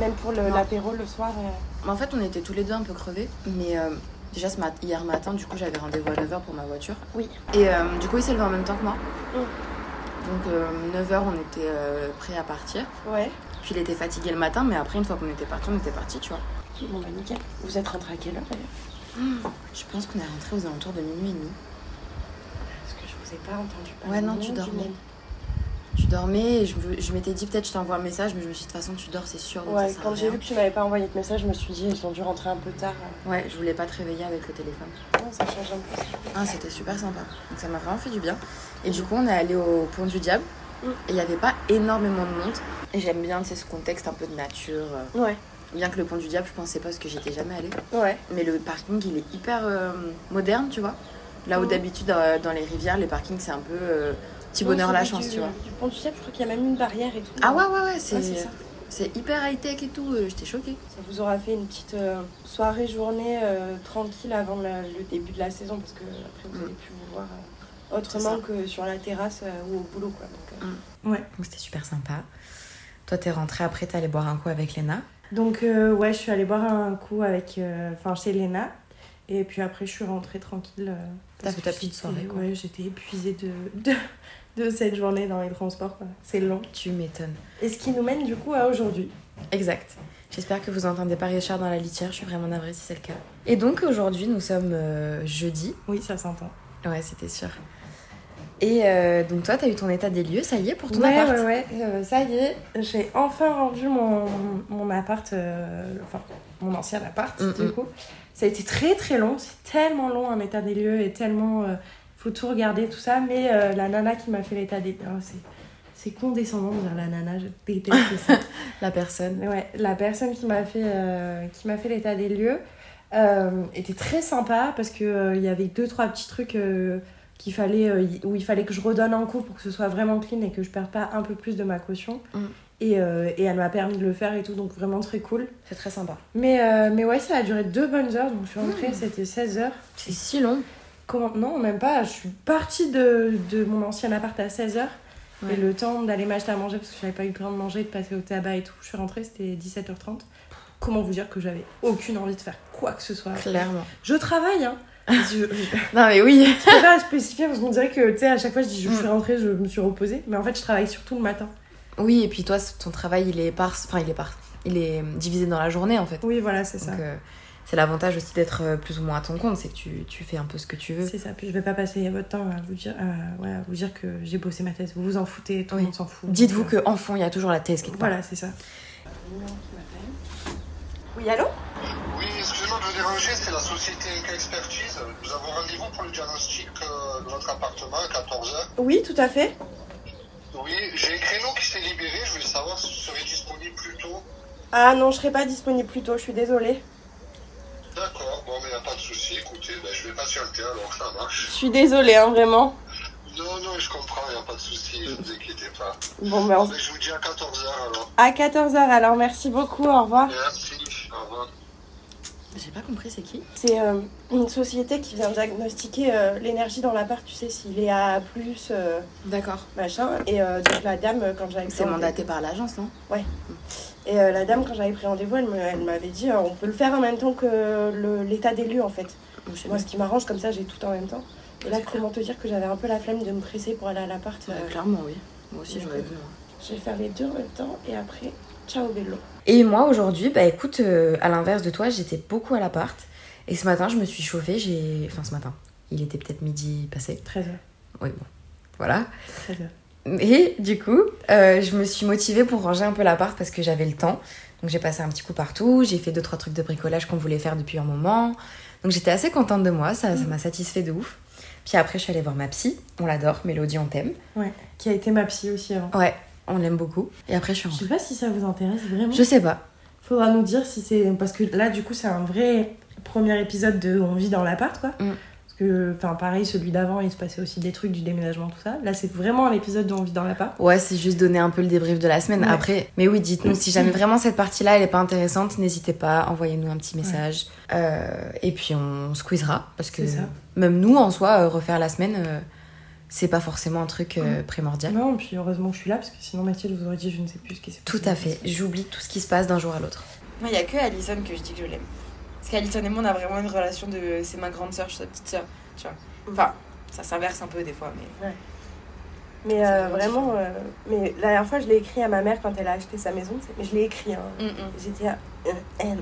[SPEAKER 5] Même pour le-
[SPEAKER 8] Non.
[SPEAKER 5] l'apéro le soir. euh,
[SPEAKER 8] Mais En fait, on était tous les deux un peu crevés, mais euh, déjà ce mat- hier matin, du coup, j'avais rendez-vous à 9h pour ma voiture.
[SPEAKER 5] Oui.
[SPEAKER 8] Et euh, du coup, il s'est levé en même temps que moi.
[SPEAKER 5] Mm.
[SPEAKER 8] Donc, 9h, on était euh, prêts à partir.
[SPEAKER 5] Ouais.
[SPEAKER 8] Puis il était fatigué le matin, mais après, une fois qu'on était parti, on était parti, tu vois.
[SPEAKER 5] Bon bah nickel. Vous êtes rentrés à quelle heure d'ailleurs
[SPEAKER 8] Je pense qu'on est rentré aux alentours de minuit et demi.
[SPEAKER 5] Parce que je vous ai pas entendu parler.
[SPEAKER 8] Ouais, non, tu
[SPEAKER 5] ni du
[SPEAKER 8] dormais.
[SPEAKER 5] même.
[SPEAKER 8] Tu dormais et je, me- je m'étais dit peut-être je t'envoie un message, mais je me suis dit de toute façon, tu dors, c'est sûr. donc ça
[SPEAKER 5] Ouais,
[SPEAKER 8] sert à
[SPEAKER 5] quand j'ai
[SPEAKER 8] rien.
[SPEAKER 5] vu que tu m'avais pas envoyé de message, je me suis dit ils ont dû rentrer un peu tard.
[SPEAKER 8] Ouais, je voulais pas te réveiller avec le téléphone.
[SPEAKER 5] Non, ça change un peu. ça.
[SPEAKER 8] Ah, c'était super sympa. Donc ça m'a vraiment fait du bien. Et du coup, on est allé au Pont du Diable. Et il n'y avait pas énormément de monde. Et j'aime bien, tu sais, ce contexte un peu de nature. euh.
[SPEAKER 5] Ouais.
[SPEAKER 8] Bien que le Pont du Diable, je pensais pas parce que j'étais jamais allée.
[SPEAKER 5] Ouais.
[SPEAKER 8] Mais le parking, il est hyper euh, moderne, tu vois. Là où d'habitude, euh, dans les rivières, les parkings, c'est un peu euh, petit bonheur la chance, tu vois.
[SPEAKER 5] Du pont du Fief, je crois qu'il y a même une barrière et tout.
[SPEAKER 8] Ah ouais, ouais, ouais, c'est
[SPEAKER 5] Ouais, c'est ça.
[SPEAKER 8] c'est hyper high-tech et tout. euh, J'étais choquée.
[SPEAKER 5] Ça vous aura fait une petite euh, soirée, journée euh, tranquille avant la- le début de la saison parce que après vous
[SPEAKER 8] Mm.
[SPEAKER 5] avez pu vous voir euh,
[SPEAKER 8] C'est
[SPEAKER 5] autrement que sur la terrasse euh, ou au boulot quoi. Donc, euh,
[SPEAKER 1] Donc c'était super sympa. Toi, t'es rentrée après, t'es allée boire un coup avec Léna.
[SPEAKER 2] Donc euh, ouais, je suis allée boire un coup avec, euh, enfin chez Léna, et puis après je suis rentrée tranquille. euh,
[SPEAKER 1] T'as
[SPEAKER 2] parce
[SPEAKER 1] fait
[SPEAKER 2] que
[SPEAKER 1] ta petite
[SPEAKER 2] j'étais-
[SPEAKER 1] soirée, quoi.
[SPEAKER 2] Ouais, j'étais épuisée de, de de cette journée dans les transports. quoi. C'est long.
[SPEAKER 1] Tu m'étonnes.
[SPEAKER 2] Et ce qui nous mène du coup à aujourd'hui.
[SPEAKER 1] Exact. J'espère que vous entendez pas Richard dans la litière, je suis vraiment navrée si c'est le cas. Et donc aujourd'hui, nous sommes euh, jeudi.
[SPEAKER 2] Oui, ça s'entend.
[SPEAKER 1] Ouais, c'était sûr. Et euh, donc toi, t'as eu ton état des lieux, ça y est, pour ton
[SPEAKER 2] ouais,
[SPEAKER 1] appart.
[SPEAKER 2] ouais, ouais, euh, ça y est, j'ai enfin rendu mon, mon appart, euh, enfin mon ancien appart
[SPEAKER 1] Mm,
[SPEAKER 2] du
[SPEAKER 1] mm.
[SPEAKER 2] coup. Ça a été très très long, c'est tellement long un état des lieux et tellement. euh, faut tout regarder, tout ça, mais euh, la nana qui m'a fait l'état des lieux, c'est. C'est condescendant de dire la nana, je déteste ça.
[SPEAKER 1] La personne.
[SPEAKER 2] Mais ouais, la personne qui m'a fait, euh, qui m'a fait l'état des lieux euh, était très sympa parce que euh, il y avait deux trois petits trucs euh, qu'il fallait euh, y- où il fallait que je redonne en coup pour que ce soit vraiment clean et que je perde pas un peu plus de ma caution.
[SPEAKER 1] Mm.
[SPEAKER 2] Et, euh, et elle m'a permis de le faire et tout, donc vraiment très cool.
[SPEAKER 1] C'est très sympa.
[SPEAKER 2] Mais, euh, mais ouais, ça a duré deux bonnes heures, donc je suis rentrée, c'était 16 heures.
[SPEAKER 1] C'est si long.
[SPEAKER 2] Comment... Non, même pas. Je suis partie de, de mon ancien appart à 16h.
[SPEAKER 1] Ouais.
[SPEAKER 2] Et le temps d'aller m'acheter à manger, parce que j'avais pas eu le temps de manger, de passer au tabac et tout, je suis rentrée, c'était 17h30. Comment vous dire que j'avais aucune envie de faire quoi que ce soit
[SPEAKER 1] Clairement.
[SPEAKER 2] Je travaille, hein Je, je
[SPEAKER 1] Non mais oui.
[SPEAKER 2] préfère le spécifier parce qu'on dirait que, tu sais, à chaque fois, je dis je
[SPEAKER 1] Mm.
[SPEAKER 2] suis rentrée, je me suis reposée. Mais en fait, je travaille surtout le matin.
[SPEAKER 1] Oui, et puis toi, ton travail, il est par... Enfin, il est par... Il est euh, divisé dans la journée, en fait.
[SPEAKER 2] Oui, voilà, c'est ça.
[SPEAKER 1] Donc, euh, c'est l'avantage aussi d'être euh, plus ou moins à ton compte, c'est que tu, tu fais un peu ce que tu veux.
[SPEAKER 2] C'est ça, puis je vais pas passer votre temps à vous dire, à- ouais, à vous dire que j'ai bossé ma thèse. Vous vous en foutez, tout le
[SPEAKER 1] Oui.
[SPEAKER 2] monde s'en fout.
[SPEAKER 1] Dites-vous
[SPEAKER 2] Donc,
[SPEAKER 1] que en fond, il y a toujours la thèse quelque part.
[SPEAKER 2] Voilà, c'est ça.
[SPEAKER 5] Oui allô
[SPEAKER 10] Oui, excusez-moi de vous déranger, c'est la société Eka Expertise. Nous avons rendez-vous pour le diagnostic euh, de votre appartement à 14h.
[SPEAKER 5] Oui tout à fait.
[SPEAKER 10] Oui, j'ai un créneau qui s'est libéré, je voulais savoir si vous serez disponible plus tôt.
[SPEAKER 5] Ah non je serai pas disponible plus tôt, je suis désolée.
[SPEAKER 10] D'accord, bon, mais il n'y a pas de souci, écoutez, ben, je vais patienter alors, ça marche.
[SPEAKER 5] Je suis désolée hein vraiment.
[SPEAKER 10] Non, non, je comprends, il n'y a pas de souci, ne vous inquiétez pas.
[SPEAKER 5] Bon bah on-
[SPEAKER 10] Ben, je vous dis à 14h alors.
[SPEAKER 5] à 14h alors merci beaucoup, au revoir.
[SPEAKER 10] Merci, au revoir.
[SPEAKER 8] J'ai pas compris c'est qui.
[SPEAKER 5] C'est euh, une société qui vient diagnostiquer euh, l'énergie dans l'appart, tu sais s'il est à plus euh,
[SPEAKER 8] D'accord.
[SPEAKER 5] machin et euh, donc la dame euh, quand j'avais
[SPEAKER 8] C'est mandaté par l'agence, non
[SPEAKER 5] Et euh, la dame, quand j'avais pris rendez-vous, elle me- elle m'avait dit euh, on peut le faire en même temps que le- l'état des lieux en fait. Moi, ce qui m'arrange, comme ça, j'ai tout en même temps. Et là, comment te dire que j'avais un peu la flemme de me presser pour aller à l'appart euh,
[SPEAKER 8] clairement, oui. Moi aussi,
[SPEAKER 5] j'aurais
[SPEAKER 8] besoin.
[SPEAKER 5] Je vais faire les deux en même temps et après, ciao bello.
[SPEAKER 1] Et moi aujourd'hui, bah écoute, euh, à l'inverse de toi, j'étais beaucoup à l'appart. Et ce matin, je me suis chauffée, j'ai. Enfin, ce matin. Il était peut-être midi passé.
[SPEAKER 2] 13h.
[SPEAKER 1] Oui, bon. Voilà.
[SPEAKER 2] 13h.
[SPEAKER 1] Et du coup, euh, je me suis motivée pour ranger un peu l'appart parce que j'avais le temps. Donc j'ai passé un petit coup partout, j'ai fait deux trois trucs de bricolage qu'on voulait faire depuis un moment. Donc j'étais assez contente de moi, ça ça m'a satisfait de ouf. Puis après, je suis allée voir ma psy, on l'adore, Mélodie, on t'aime.
[SPEAKER 2] Qui a été ma psy aussi avant.
[SPEAKER 1] Ouais, on l'aime beaucoup. Et après, je suis
[SPEAKER 2] Je
[SPEAKER 1] rentrée.
[SPEAKER 2] sais pas si ça vous intéresse vraiment.
[SPEAKER 1] Je sais pas.
[SPEAKER 2] Faudra nous dire si c'est. Parce que là, du coup, c'est un vrai premier épisode de On vit dans l'appart, quoi.
[SPEAKER 1] Mm.
[SPEAKER 2] Parce que, enfin, pareil, celui d'avant, il se passait aussi des trucs du déménagement, tout ça. Là, c'est vraiment un épisode de On vit dans l'appart.
[SPEAKER 1] Ouais, c'est juste donner un peu le débrief de la semaine.
[SPEAKER 2] Ouais.
[SPEAKER 1] Après, mais oui, dites-nous si jamais vraiment cette partie-là elle est pas intéressante, n'hésitez pas, envoyez-nous un petit message. Euh, et puis on squeezera parce que
[SPEAKER 2] C'est ça.
[SPEAKER 1] même nous en soi, euh, refaire la semaine, euh, c'est pas forcément un truc euh, primordial.
[SPEAKER 2] Non, puis heureusement que je suis là, parce que sinon, Mathilde vous aurait dit, je ne sais plus ce qui s'est
[SPEAKER 1] Tout à fait. J'oublie tout ce qui se passe d'un jour à l'autre.
[SPEAKER 4] Moi, il n'y a que Alison que je dis que je l'aime. Parce qu'Alison et moi, on a vraiment une relation de. C'est ma grande sœur, je suis sa petite sœur. Tu vois. Enfin, ça s'inverse un peu des fois, mais.
[SPEAKER 5] Mais
[SPEAKER 4] Ça
[SPEAKER 5] euh,
[SPEAKER 4] fait
[SPEAKER 5] vraiment, euh, mais la dernière fois, je l'ai écrit à ma mère quand elle a acheté sa maison. tu sais. Mais je l'ai écrit. hein.
[SPEAKER 8] Mm,
[SPEAKER 5] J'étais à euh, elle.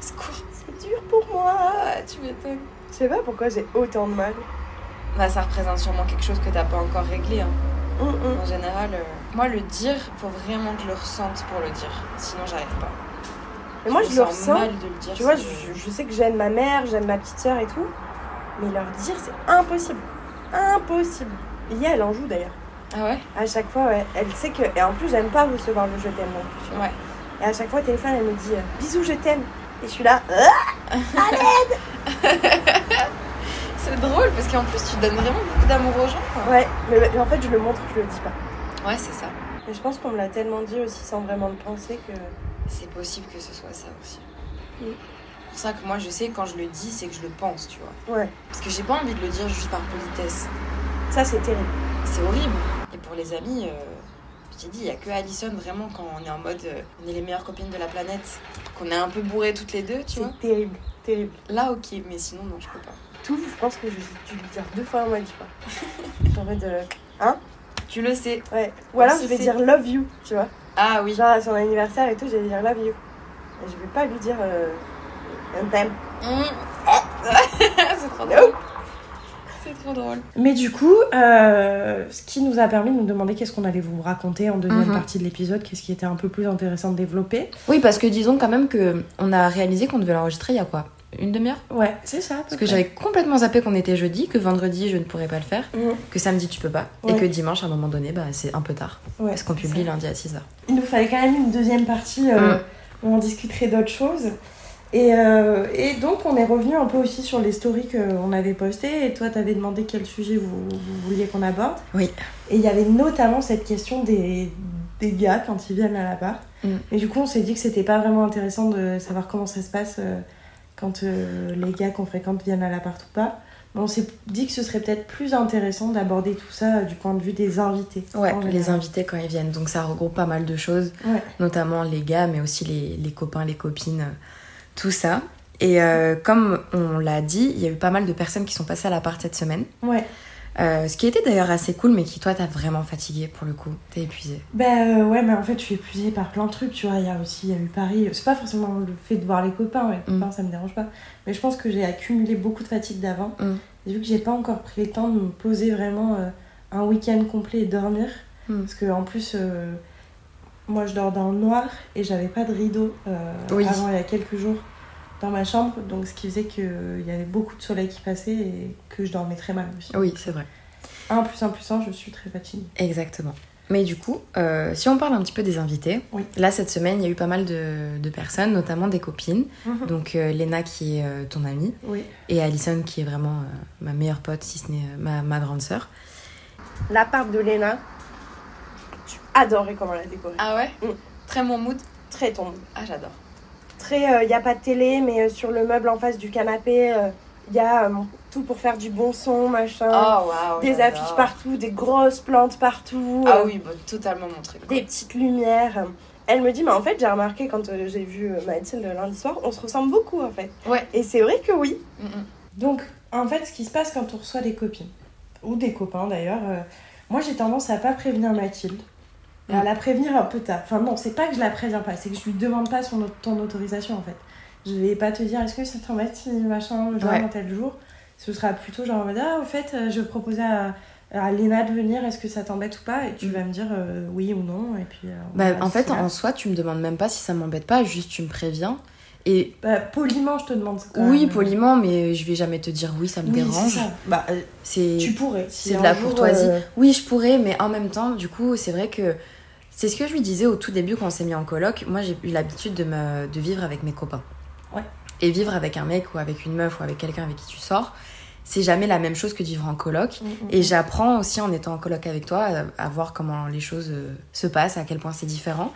[SPEAKER 4] Secours.
[SPEAKER 5] C'est dur pour moi.
[SPEAKER 4] Ah, tu m'étonnes.
[SPEAKER 5] Je sais pas pourquoi j'ai autant de mal.
[SPEAKER 4] Bah, ça représente sûrement quelque chose que t'as pas encore réglé. hein.
[SPEAKER 5] Hum, hum.
[SPEAKER 4] En général, euh, moi, le dire, faut vraiment que je le ressente pour le dire. Sinon, j'arrive pas.
[SPEAKER 5] Mais moi,
[SPEAKER 4] me
[SPEAKER 5] je le
[SPEAKER 4] sens
[SPEAKER 5] ressens.
[SPEAKER 4] mal de le dire.
[SPEAKER 5] Tu vois,
[SPEAKER 4] c'est-
[SPEAKER 5] je, je sais que j'aime ma mère, j'aime ma petite sœur et tout. Mais leur dire, c'est impossible. Impossible. Lia, elle en joue d'ailleurs.
[SPEAKER 4] Ah ouais
[SPEAKER 5] À chaque fois, ouais. Elle sait que. Et en plus, j'aime pas recevoir le je t'aime non plus, tu vois.
[SPEAKER 4] Ouais.
[SPEAKER 5] Et à chaque fois, au téléphone, elle me dit euh, bisous, je t'aime. Et je suis là. euh,
[SPEAKER 4] C'est drôle parce qu'en plus, tu donnes vraiment beaucoup d'amour aux gens. quoi.
[SPEAKER 5] ouais. Mais, mais en fait, je le montre, je le dis pas.
[SPEAKER 4] Ouais, c'est ça.
[SPEAKER 5] Mais je pense qu'on me l'a tellement dit aussi sans vraiment le penser que.
[SPEAKER 4] C'est possible que ce soit ça aussi.
[SPEAKER 5] Mm.
[SPEAKER 4] C'est pour ça que moi, je sais, quand je le dis, c'est que je le pense, tu vois.
[SPEAKER 5] Ouais.
[SPEAKER 4] Parce que j'ai pas envie de le dire juste par politesse.
[SPEAKER 5] Ça, c'est terrible.
[SPEAKER 4] C'est horrible. Et pour les amis, euh, je t'ai dit, il y a que Allison vraiment quand on est en mode euh, on est les meilleures copines de la planète, qu'on est un peu bourrées toutes les deux, tu vois.
[SPEAKER 5] C'est terrible. Terrible.
[SPEAKER 4] Là, ok, mais sinon, non, je peux pas.
[SPEAKER 5] Tout, je pense que je dû le dire deux fois, on m'a dit pas. en mode. euh,
[SPEAKER 4] Tu le sais.
[SPEAKER 5] ouais. Ou alors,
[SPEAKER 4] Si
[SPEAKER 5] je vais
[SPEAKER 4] c'est-
[SPEAKER 5] dire love you, tu vois.
[SPEAKER 4] Ah oui.
[SPEAKER 5] Genre à son anniversaire et tout, j'allais dire love you. Et je vais pas lui dire euh, on t'aime.
[SPEAKER 4] Mm. c'est trop drôle. C'est trop drôle.
[SPEAKER 2] Mais du coup, euh, ce qui nous a permis de nous demander qu'est-ce qu'on allait vous raconter en deuxième
[SPEAKER 1] Mhm.
[SPEAKER 2] partie de l'épisode, qu'est-ce qui était un peu plus intéressant de développer.
[SPEAKER 1] Oui, parce que disons quand même que on a réalisé qu'on devait l'enregistrer il y a quoi Une demi-heure
[SPEAKER 2] Ouais, c'est ça. à peu
[SPEAKER 1] Parce que
[SPEAKER 2] près.
[SPEAKER 1] j'avais complètement zappé qu'on était jeudi, que vendredi je ne pourrais pas le faire,
[SPEAKER 5] Mhm.
[SPEAKER 1] que samedi tu peux pas, et
[SPEAKER 2] Mmh. Ouais.
[SPEAKER 1] que dimanche à un moment donné, bah c'est un peu tard.
[SPEAKER 2] Ouais,
[SPEAKER 1] parce qu'on
[SPEAKER 2] c'est ça.
[SPEAKER 1] publie lundi à 6h.
[SPEAKER 2] Il nous fallait quand même une deuxième partie euh,
[SPEAKER 1] Mm.
[SPEAKER 2] où on discuterait d'autres choses. Et, euh, et donc, on est revenu un peu aussi sur les stories qu'on avait postées. Et toi, t'avais demandé quel sujet vous, vous vouliez qu'on aborde.
[SPEAKER 1] Oui.
[SPEAKER 2] Et il y avait notamment cette question des, des gars quand ils viennent à l'appart.
[SPEAKER 1] Mm.
[SPEAKER 2] Et du coup, on s'est dit que c'était pas vraiment intéressant de savoir comment ça se passe euh, quand euh, les gars qu'on fréquente viennent à l'appart ou pas. Mais on s'est dit que ce serait peut-être plus intéressant d'aborder tout ça euh, du point de vue des invités.
[SPEAKER 1] Ouais,
[SPEAKER 2] en
[SPEAKER 1] les
[SPEAKER 2] général.
[SPEAKER 1] invités quand ils viennent. Donc ça regroupe pas mal de choses,
[SPEAKER 2] Ouais.
[SPEAKER 1] notamment les gars, mais aussi les, les copains, les copines, euh, tout ça. Et euh, comme on l'a dit, il y a eu pas mal de personnes qui sont passées à l'appart cette semaine.
[SPEAKER 2] Ouais.
[SPEAKER 1] Euh, ce qui était d'ailleurs assez cool, mais qui toi t'as vraiment fatigué pour le coup. T'es épuisé.
[SPEAKER 2] Bah euh, ouais, mais en fait, je suis épuisée par plein de trucs, tu vois. Il y a aussi, il y a eu Paris. C'est pas forcément le fait de voir les copains, les
[SPEAKER 1] Mm.
[SPEAKER 2] copains, ça me dérange pas. Mais je pense que j'ai accumulé beaucoup de fatigue d'avant.
[SPEAKER 1] Mm.
[SPEAKER 2] Et vu que j'ai pas encore pris le temps de me poser vraiment euh, un week-end complet et dormir.
[SPEAKER 1] Mm.
[SPEAKER 2] Parce que en plus, euh, moi, je dors dans le noir et j'avais pas de rideau euh,
[SPEAKER 1] Oui.
[SPEAKER 2] avant il y a quelques jours dans ma chambre. Donc, ce qui faisait qu'il y avait beaucoup de soleil qui passait et que je dormais très mal aussi.
[SPEAKER 1] Oui, c'est vrai. Oh.
[SPEAKER 2] 1 plus 1 plus 1, je suis très fatiguée.
[SPEAKER 1] Exactement. Mais du coup, euh, si on parle un petit peu des invités,
[SPEAKER 2] Oui.
[SPEAKER 1] là cette semaine, il y a eu pas mal de, de personnes, notamment des copines.
[SPEAKER 2] Mhm.
[SPEAKER 1] Donc euh, Léna qui est euh, ton amie,
[SPEAKER 2] Oui.
[SPEAKER 1] et Alison qui est vraiment euh, ma meilleure pote, si ce n'est euh, ma, ma grande sœur.
[SPEAKER 5] L'appart de Léna, tu adorais comment elle a décoré.
[SPEAKER 4] Ah ouais
[SPEAKER 5] Mm.
[SPEAKER 4] Très mon mood.
[SPEAKER 5] Très tombe.
[SPEAKER 4] Ah, j'adore.
[SPEAKER 5] Très, il n'y a pas de télé, mais euh, sur le meuble en face du canapé, euh, Il y a euh, tout pour faire du bon son, machin.
[SPEAKER 4] Ah,
[SPEAKER 8] Oh waouh.
[SPEAKER 5] Euh, des
[SPEAKER 8] j'adore.
[SPEAKER 5] affiches partout, des grosses plantes partout.
[SPEAKER 8] Ah
[SPEAKER 5] euh,
[SPEAKER 8] oui, bah, totalement mon truc. quoi.
[SPEAKER 5] des petites lumières. Elle me dit, mais en fait, j'ai remarqué quand euh, j'ai vu euh, Mathilde lundi soir, on se ressemble beaucoup en fait.
[SPEAKER 8] Ouais.
[SPEAKER 5] Et c'est vrai que oui.
[SPEAKER 4] Mmh,
[SPEAKER 8] Mm, mm.
[SPEAKER 2] Donc, en fait, ce qui se passe quand on reçoit des copines, ou des copains d'ailleurs, euh, moi j'ai tendance à pas prévenir Mathilde, et
[SPEAKER 1] Mm.
[SPEAKER 2] à la prévenir un peu tard. Enfin, non, c'est pas que je la préviens pas, c'est que je lui demande pas son, ton autorisation en fait. Je vais pas te dire est-ce que ça t'embête si machin, genre
[SPEAKER 8] Ouais.
[SPEAKER 2] un tel jour. Ce sera plutôt genre en mode ah, au fait, euh, je proposais à, à Léna de venir, est-ce que ça t'embête ou pas Et tu vas me dire euh, oui ou non, et puis. euh, on
[SPEAKER 1] Mm. Bah,
[SPEAKER 2] verra
[SPEAKER 1] en
[SPEAKER 2] si
[SPEAKER 1] fait,
[SPEAKER 2] c'est là.
[SPEAKER 1] en soi, tu me demandes même pas si ça m'embête pas, juste tu me préviens. Et
[SPEAKER 2] Bah, poliment, je te demande. quand
[SPEAKER 1] oui,
[SPEAKER 2] même. euh,
[SPEAKER 1] poliment, mais je vais jamais te dire oui, ça me
[SPEAKER 2] Oui,
[SPEAKER 1] dérange.
[SPEAKER 2] c'est ça. Bah, euh,
[SPEAKER 1] C'est
[SPEAKER 2] tu pourrais.
[SPEAKER 1] c'est de la courtoisie.
[SPEAKER 2] euh,
[SPEAKER 1] Oui, je pourrais, mais en même temps, du coup, c'est vrai que c'est ce que je lui disais au tout début quand on s'est mis en coloc. Moi, j'ai eu l'habitude de, me... de vivre avec mes copains.
[SPEAKER 2] Ouais.
[SPEAKER 1] Et vivre avec un mec ou avec une meuf ou avec quelqu'un avec qui tu sors, c'est jamais la même chose que de vivre en
[SPEAKER 5] Mhm.
[SPEAKER 1] coloc. Et j'apprends aussi en étant en coloc avec toi euh, à, à voir comment les choses euh, se passent, à quel point c'est différent.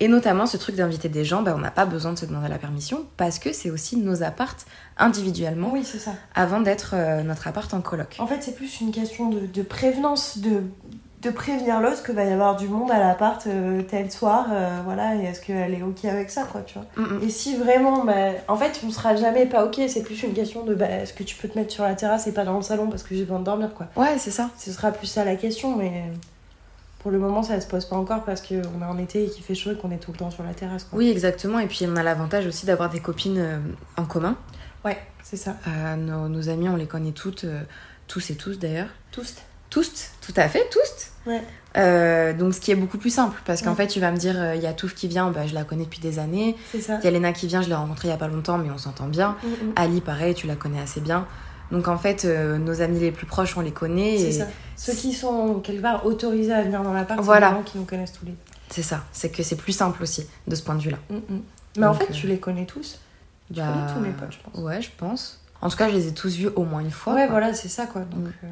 [SPEAKER 1] Et notamment ce truc d'inviter des gens, ben, on n'a pas besoin de se demander la permission parce que c'est aussi nos appartes individuellement
[SPEAKER 2] Oui, Oh. c'est ça.
[SPEAKER 1] avant d'être euh, notre appart en coloc.
[SPEAKER 2] En fait, c'est plus une question de, de prévenance, de, de prévenir l'autre que va y avoir du monde à l'appart euh, tel soir, euh, voilà, et est-ce qu'elle est ok avec ça, quoi, tu vois.
[SPEAKER 1] Mm, mm.
[SPEAKER 2] Et si vraiment, bah, en fait, on sera jamais pas ok, c'est plus une question de bah, est-ce que tu peux te mettre sur la terrasse et pas dans le salon parce que j'ai besoin de dormir, quoi.
[SPEAKER 1] Ouais, c'est ça.
[SPEAKER 2] Ce sera plus ça la question, mais pour le moment, ça se pose pas encore parce qu'on est en été et qu'il fait chaud et qu'on est tout le temps sur la terrasse, quoi.
[SPEAKER 1] Oui, exactement. Et puis on a l'avantage aussi d'avoir des copines euh, en commun.
[SPEAKER 2] Ouais, c'est ça.
[SPEAKER 1] Euh, nos, nos amis, on les connaît toutes, euh, tous et tous d'ailleurs.
[SPEAKER 2] Tous.
[SPEAKER 1] Tous, tout à fait, tous.
[SPEAKER 2] Ouais.
[SPEAKER 1] Euh, donc ce qui est beaucoup plus simple parce qu'en
[SPEAKER 2] Ouais.
[SPEAKER 1] fait tu vas me dire euh, il y a Touf qui vient, bah, je la connais depuis des années.
[SPEAKER 2] C'est ça.
[SPEAKER 1] Il y a Léna qui vient, je l'ai rencontrée il y a pas longtemps mais on s'entend bien.
[SPEAKER 2] Mm, mm.
[SPEAKER 1] Ali pareil, tu la connais assez bien. Donc en fait euh, nos amis les plus proches on les connaît.
[SPEAKER 2] C'est
[SPEAKER 1] et-
[SPEAKER 2] ça. Ceux qui sont quelque part autorisés à venir dans l'appart, c'est les
[SPEAKER 1] Voilà.
[SPEAKER 2] gens qui nous connaissent tous les
[SPEAKER 1] C'est ça, c'est que c'est plus simple aussi de ce point de vue là.
[SPEAKER 2] Mm, Mais en
[SPEAKER 1] Donc,
[SPEAKER 2] fait,
[SPEAKER 1] euh, bah,
[SPEAKER 2] tu les connais tous.
[SPEAKER 1] Il y
[SPEAKER 2] Je
[SPEAKER 1] a-
[SPEAKER 2] connais tous mes potes, je pense.
[SPEAKER 1] Ouais, je pense. En tout cas, je les ai tous vus au moins une fois.
[SPEAKER 2] ouais,
[SPEAKER 1] quoi. Mm,
[SPEAKER 2] voilà, c'est ça quoi. Donc, euh,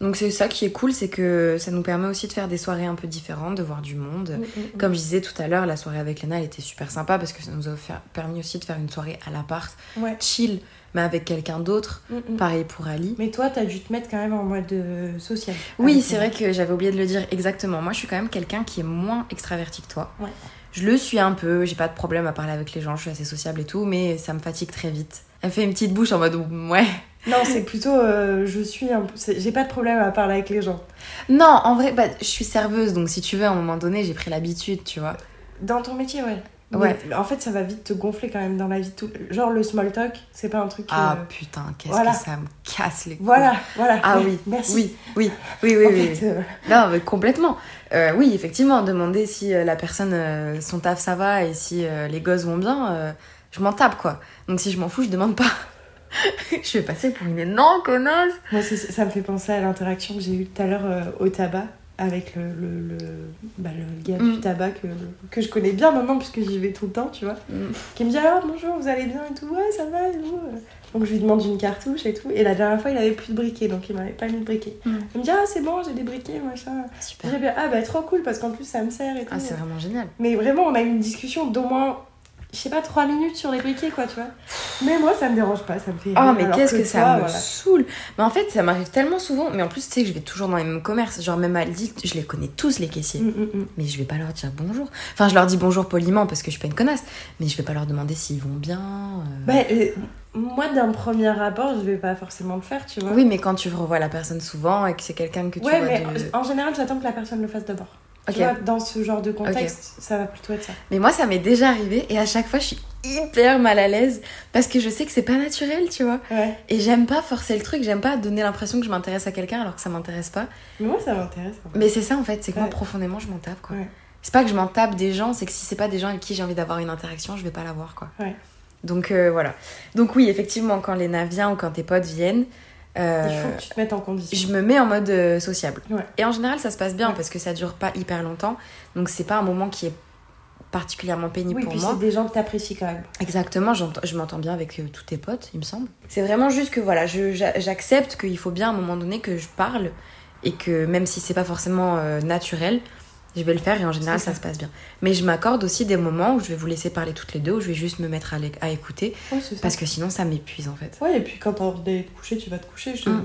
[SPEAKER 1] Donc c'est ça qui est cool, c'est que ça nous permet aussi de faire des soirées un peu différentes, de voir du monde.
[SPEAKER 2] mm, mm.
[SPEAKER 1] Comme je disais tout à l'heure, la soirée avec Léna, elle était super sympa parce que ça nous a offert- permis aussi de faire une soirée à l'appart,
[SPEAKER 2] Ouais.
[SPEAKER 1] chill, mais avec quelqu'un d'autre.
[SPEAKER 2] Mm, mm.
[SPEAKER 1] Pareil pour Ali.
[SPEAKER 2] Mais toi, t'as dû te mettre quand même en mode euh, social.
[SPEAKER 1] Oui,
[SPEAKER 2] Avec
[SPEAKER 1] c'est
[SPEAKER 2] nous.
[SPEAKER 1] vrai que j'avais oublié de le dire exactement. Moi, je suis quand même quelqu'un qui est moins extraverti que toi.
[SPEAKER 2] Ouais.
[SPEAKER 1] Je le suis un peu, j'ai pas de problème à parler avec les gens, je suis assez sociable et tout, mais ça me fatigue très vite. Elle fait une petite bouche en mode ouais.
[SPEAKER 2] Non, c'est plutôt. euh, je suis un peu- c'est- J'ai pas de problème à parler avec les gens.
[SPEAKER 1] Non, en vrai, bah, je suis serveuse, donc si tu veux, à un moment donné, j'ai pris l'habitude, tu vois.
[SPEAKER 2] Dans ton métier, ouais. Mais
[SPEAKER 1] Ouais.
[SPEAKER 2] en fait, ça va vite te gonfler quand même dans la vie. de Tout... Genre le small talk, c'est pas un truc.
[SPEAKER 1] Ah
[SPEAKER 2] euh,
[SPEAKER 1] putain, qu'est-ce
[SPEAKER 2] voilà.
[SPEAKER 1] que ça me casse les couilles.
[SPEAKER 2] Voilà, voilà.
[SPEAKER 1] Ah
[SPEAKER 2] Ouais,
[SPEAKER 1] oui,
[SPEAKER 2] Merci.
[SPEAKER 1] Oui, oui, oui, oui.
[SPEAKER 2] En
[SPEAKER 1] oui,
[SPEAKER 2] fait, euh,
[SPEAKER 1] oui. Non, mais complètement. Euh, oui, effectivement, demander si euh, la personne, euh, son taf, ça va et si euh, les gosses vont bien, euh, je m'en tape, quoi. Donc si je m'en fous, je demande pas. je vais passer pour une énorme connasse.
[SPEAKER 2] moi, c'est- ça me fait penser à l'interaction que j'ai eue tout à l'heure euh, au tabac avec le, le, le- bah, le gars
[SPEAKER 1] Mm.
[SPEAKER 2] du tabac que, que je connais bien maintenant, puisque j'y vais tout le temps, tu vois.
[SPEAKER 1] Mm.
[SPEAKER 2] qui me dit alors bonjour vous allez bien et tout ouais ça va et vous euh?» donc je lui demande une cartouche et tout et la dernière fois il avait plus de briquet donc il m'avait pas mis de briquet
[SPEAKER 1] Mm.
[SPEAKER 2] il me dit ah c'est bon j'ai des briquets machin
[SPEAKER 1] Super.
[SPEAKER 2] j'ai bien ah bah trop cool parce qu'en plus ça me sert et tout
[SPEAKER 1] Ah, c'est vraiment génial.
[SPEAKER 2] mais vraiment on a eu une discussion d'au moins je sais pas 3 minutes sur les briquets quoi tu vois mais moi ça me dérange pas ça me fait
[SPEAKER 1] Oh,
[SPEAKER 2] rire,
[SPEAKER 1] mais
[SPEAKER 2] alors
[SPEAKER 1] qu'est-ce que, ça
[SPEAKER 2] toi,
[SPEAKER 1] me
[SPEAKER 2] voilà.
[SPEAKER 1] saoule Mais en fait, ça m'arrive tellement souvent. Mais en plus, tu sais que je vais toujours dans les mêmes commerces. Genre, même à Aldi, je les connais tous, les caissiers.
[SPEAKER 2] Mm, mm, mm.
[SPEAKER 1] Mais je vais pas leur dire bonjour. Enfin, je leur dis bonjour poliment parce que je suis pas une connasse. Mais je vais pas leur demander s'ils vont bien. euh.
[SPEAKER 2] Bah, euh, moi d'un premier rapport je vais pas forcément le faire tu vois
[SPEAKER 1] Oui, mais quand tu revois la personne souvent et que c'est quelqu'un que tu
[SPEAKER 2] ouais
[SPEAKER 1] vois
[SPEAKER 2] mais
[SPEAKER 1] de-
[SPEAKER 2] en en général j'attends que la personne le fasse d'abord Tu
[SPEAKER 1] Ok.
[SPEAKER 2] vois, dans ce genre de contexte ça va plutôt être ça
[SPEAKER 1] Mais moi, ça m'est déjà arrivé et à chaque fois, je suis hyper mal à l'aise parce que je sais que c'est pas naturel, tu vois.
[SPEAKER 2] ouais
[SPEAKER 1] Et j'aime pas forcer le truc, j'aime pas donner l'impression que je m'intéresse à quelqu'un alors que ça m'intéresse pas.
[SPEAKER 2] mais moi ça m'intéresse hein. en fait.
[SPEAKER 1] Mais c'est ça en fait, c'est que moi
[SPEAKER 2] Ouais.
[SPEAKER 1] profondément, je m'en tape quoi.
[SPEAKER 2] Ouais.
[SPEAKER 1] C'est pas que je m'en tape des gens, c'est que si c'est pas des gens avec qui j'ai envie d'avoir une interaction, je vais pas l'avoir quoi.
[SPEAKER 2] Ouais.
[SPEAKER 1] Donc euh, voilà. Donc oui, effectivement, quand Léna vient ou quand tes potes viennent, euh,
[SPEAKER 2] Il faut que tu te mettes en condition.
[SPEAKER 1] je me mets en mode euh, sociable.
[SPEAKER 2] Ouais.
[SPEAKER 1] Et en général, ça se passe bien
[SPEAKER 2] Ouais.
[SPEAKER 1] parce que ça dure pas hyper longtemps. Donc c'est pas un moment qui est particulièrement pénible
[SPEAKER 2] Oui,
[SPEAKER 1] pour
[SPEAKER 2] puis
[SPEAKER 1] moi.
[SPEAKER 2] c'est des gens que t'apprécies quand même.
[SPEAKER 1] Exactement, j'entends- je m'entends bien avec euh, tous tes potes, il me semble. C'est vraiment juste que voilà, je- j'a- j'accepte qu'il faut bien à un moment donné que je parle et que même si c'est pas forcément euh, naturel, Je vais le faire et en général, ça. se passe bien. Mais je m'accorde aussi des moments où je vais vous laisser parler toutes les deux, où je vais juste me mettre à, l'éc- à écouter,
[SPEAKER 2] Ouais, c'est ça.
[SPEAKER 1] parce que sinon, ça m'épuise en fait.
[SPEAKER 2] Ouais, et puis quand t'as envie d'aller te coucher, tu vas te coucher. je te-
[SPEAKER 1] Mm.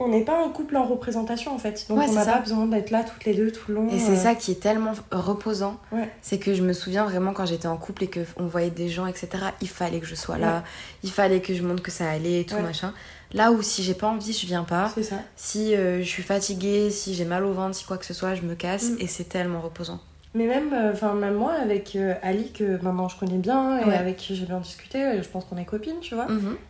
[SPEAKER 2] On n'est pas un couple en représentation en fait. Donc
[SPEAKER 1] Ouais,
[SPEAKER 2] on
[SPEAKER 1] c'est
[SPEAKER 2] n'a
[SPEAKER 1] ça.
[SPEAKER 2] pas besoin d'être là toutes les deux tout le long.
[SPEAKER 1] Et
[SPEAKER 2] euh,
[SPEAKER 1] c'est ça qui est tellement reposant.
[SPEAKER 2] Ouais.
[SPEAKER 1] C'est que je me souviens vraiment quand j'étais en couple et que on voyait des gens, etc. Il fallait que je sois là, il fallait que je montre que ça allait et tout
[SPEAKER 2] Ouais.
[SPEAKER 1] machin. Là où si j'ai pas envie, je viens pas.
[SPEAKER 2] C'est ça.
[SPEAKER 1] Si euh, je suis fatiguée, si j'ai mal au ventre, si quoi que ce soit, je me casse
[SPEAKER 2] Mm.
[SPEAKER 1] et c'est tellement reposant.
[SPEAKER 2] Mais même, euh, enfin même moi avec euh, Ali que maintenant je connais bien et
[SPEAKER 1] Ouais.
[SPEAKER 2] avec qui j'ai bien discuté, euh, je pense qu'on est copines, tu vois.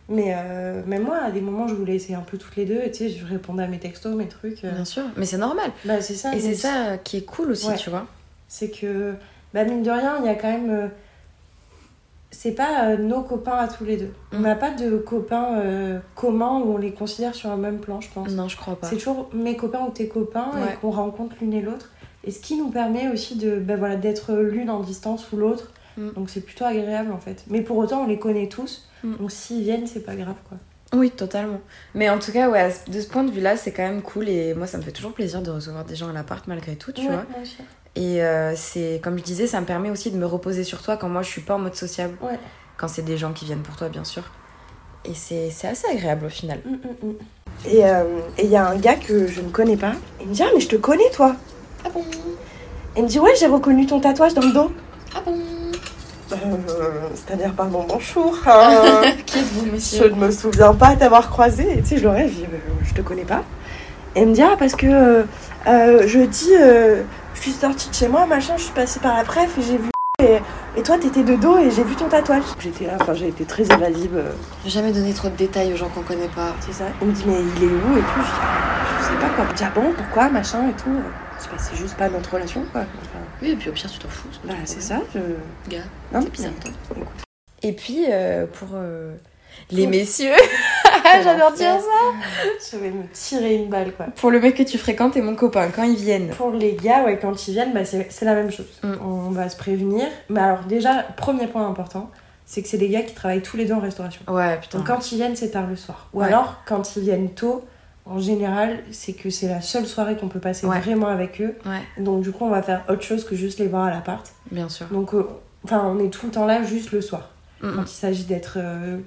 [SPEAKER 2] Mais euh, même moi, à des moments, je vous laissais un peu toutes les deux. Et tu sais, je répondais à mes textos, mes trucs. euh,
[SPEAKER 1] Bien sûr, mais c'est normal.
[SPEAKER 2] Bah c'est ça.
[SPEAKER 1] Et c'est
[SPEAKER 2] mais
[SPEAKER 1] ça qui est cool aussi,
[SPEAKER 2] Ouais.
[SPEAKER 1] tu vois.
[SPEAKER 2] c'est que bah mine de rien il y a quand même euh, c'est pas euh, nos copains à tous les deux on
[SPEAKER 1] Mm.
[SPEAKER 2] n'a pas de copains euh, communs où on les considère sur un même plan je pense
[SPEAKER 1] Non, je crois pas.
[SPEAKER 2] c'est toujours mes copains ou tes copains
[SPEAKER 1] Ouais.
[SPEAKER 2] et qu'on rencontre l'une et l'autre et ce qui nous permet aussi de bah voilà d'être l'une en distance ou l'autre
[SPEAKER 1] Mm.
[SPEAKER 2] donc c'est plutôt agréable en fait mais pour autant on les connaît tous
[SPEAKER 1] Mm.
[SPEAKER 2] donc s'ils viennent c'est pas grave quoi
[SPEAKER 1] Oui, totalement. Mais en tout cas, ouais, à ce- de ce point de vue-là, c'est quand même cool et moi, ça me fait toujours plaisir de recevoir des gens à l'appart malgré tout, tu
[SPEAKER 2] Ouais,
[SPEAKER 1] vois.
[SPEAKER 2] bien sûr.
[SPEAKER 1] Et euh, c'est, comme je disais, ça me permet aussi de me reposer sur toi quand moi, je suis pas en mode sociable.
[SPEAKER 2] Ouais.
[SPEAKER 1] Quand c'est des gens qui viennent pour toi, bien sûr. Et c'est c'est assez agréable au final.
[SPEAKER 2] Mm, mm, mm.
[SPEAKER 5] Et euh, et il y a un gars que je ne connais pas. Il me dit Ah, mais je te connais, toi.
[SPEAKER 8] Ah bon
[SPEAKER 5] Il me dit Ouais, j'ai reconnu ton tatouage dans le dos.
[SPEAKER 8] Ah bon
[SPEAKER 5] Euh, C'est-à-dire, pardon, bonjour. hein.
[SPEAKER 8] Qui êtes-vous,
[SPEAKER 5] je ne me souviens pas t'avoir croisé. Et tu sais, je l'aurais dit Euh, Je te connais pas. Et il me dit Ah, parce que euh, euh, jeudi, euh, je suis sortie de chez moi, machin, je suis passée par la pref et j'ai vu. Et, et toi, t'étais de dos et j'ai vu ton tatouage. J'étais là, enfin, j'ai été très évasive. euh,
[SPEAKER 8] Jamais donner trop de détails aux gens qu'on connaît pas.
[SPEAKER 5] C'est ça. Il me dit, mais il est où et tout. Je, dis, je sais pas quoi. Il me dit, ah bon, pourquoi, machin et tout. Je sais pas, c'est juste pas notre relation, quoi. Enfin,
[SPEAKER 8] Oui, et puis au pire, tu t'en fous.
[SPEAKER 5] bah, c'est ça. Je...
[SPEAKER 8] Gars,
[SPEAKER 5] Non,
[SPEAKER 8] C'est bizarre, toi.
[SPEAKER 1] Et puis, euh, pour euh, les messieurs,
[SPEAKER 2] J'adore
[SPEAKER 1] dire
[SPEAKER 2] ça Je vais me tirer une balle quoi. Bah,
[SPEAKER 1] pour le mec que tu fréquentes et mon copain, quand ils viennent.
[SPEAKER 2] Pour les gars, ouais, quand ils viennent, bah, c'est c'est la même chose.
[SPEAKER 1] Mm.
[SPEAKER 2] On va se prévenir. Mais alors déjà, premier point important, c'est que c'est des gars qui travaillent tous les deux en restauration.
[SPEAKER 1] Ouais, putain.
[SPEAKER 2] Donc quand ils viennent, c'est tard le soir. Ou
[SPEAKER 1] Ah. Ouais.
[SPEAKER 2] alors, quand ils viennent tôt, en général, c'est que c'est la seule soirée qu'on peut passer
[SPEAKER 1] Ouais.
[SPEAKER 2] vraiment avec eux.
[SPEAKER 1] Ouais,
[SPEAKER 2] Donc du coup, on va faire autre chose que juste les voir à l'appart.
[SPEAKER 1] bien sûr.
[SPEAKER 2] Donc, euh, enfin, on est tout le temps là juste le soir.
[SPEAKER 1] Mm,
[SPEAKER 2] Quand il s'agit d'être euh,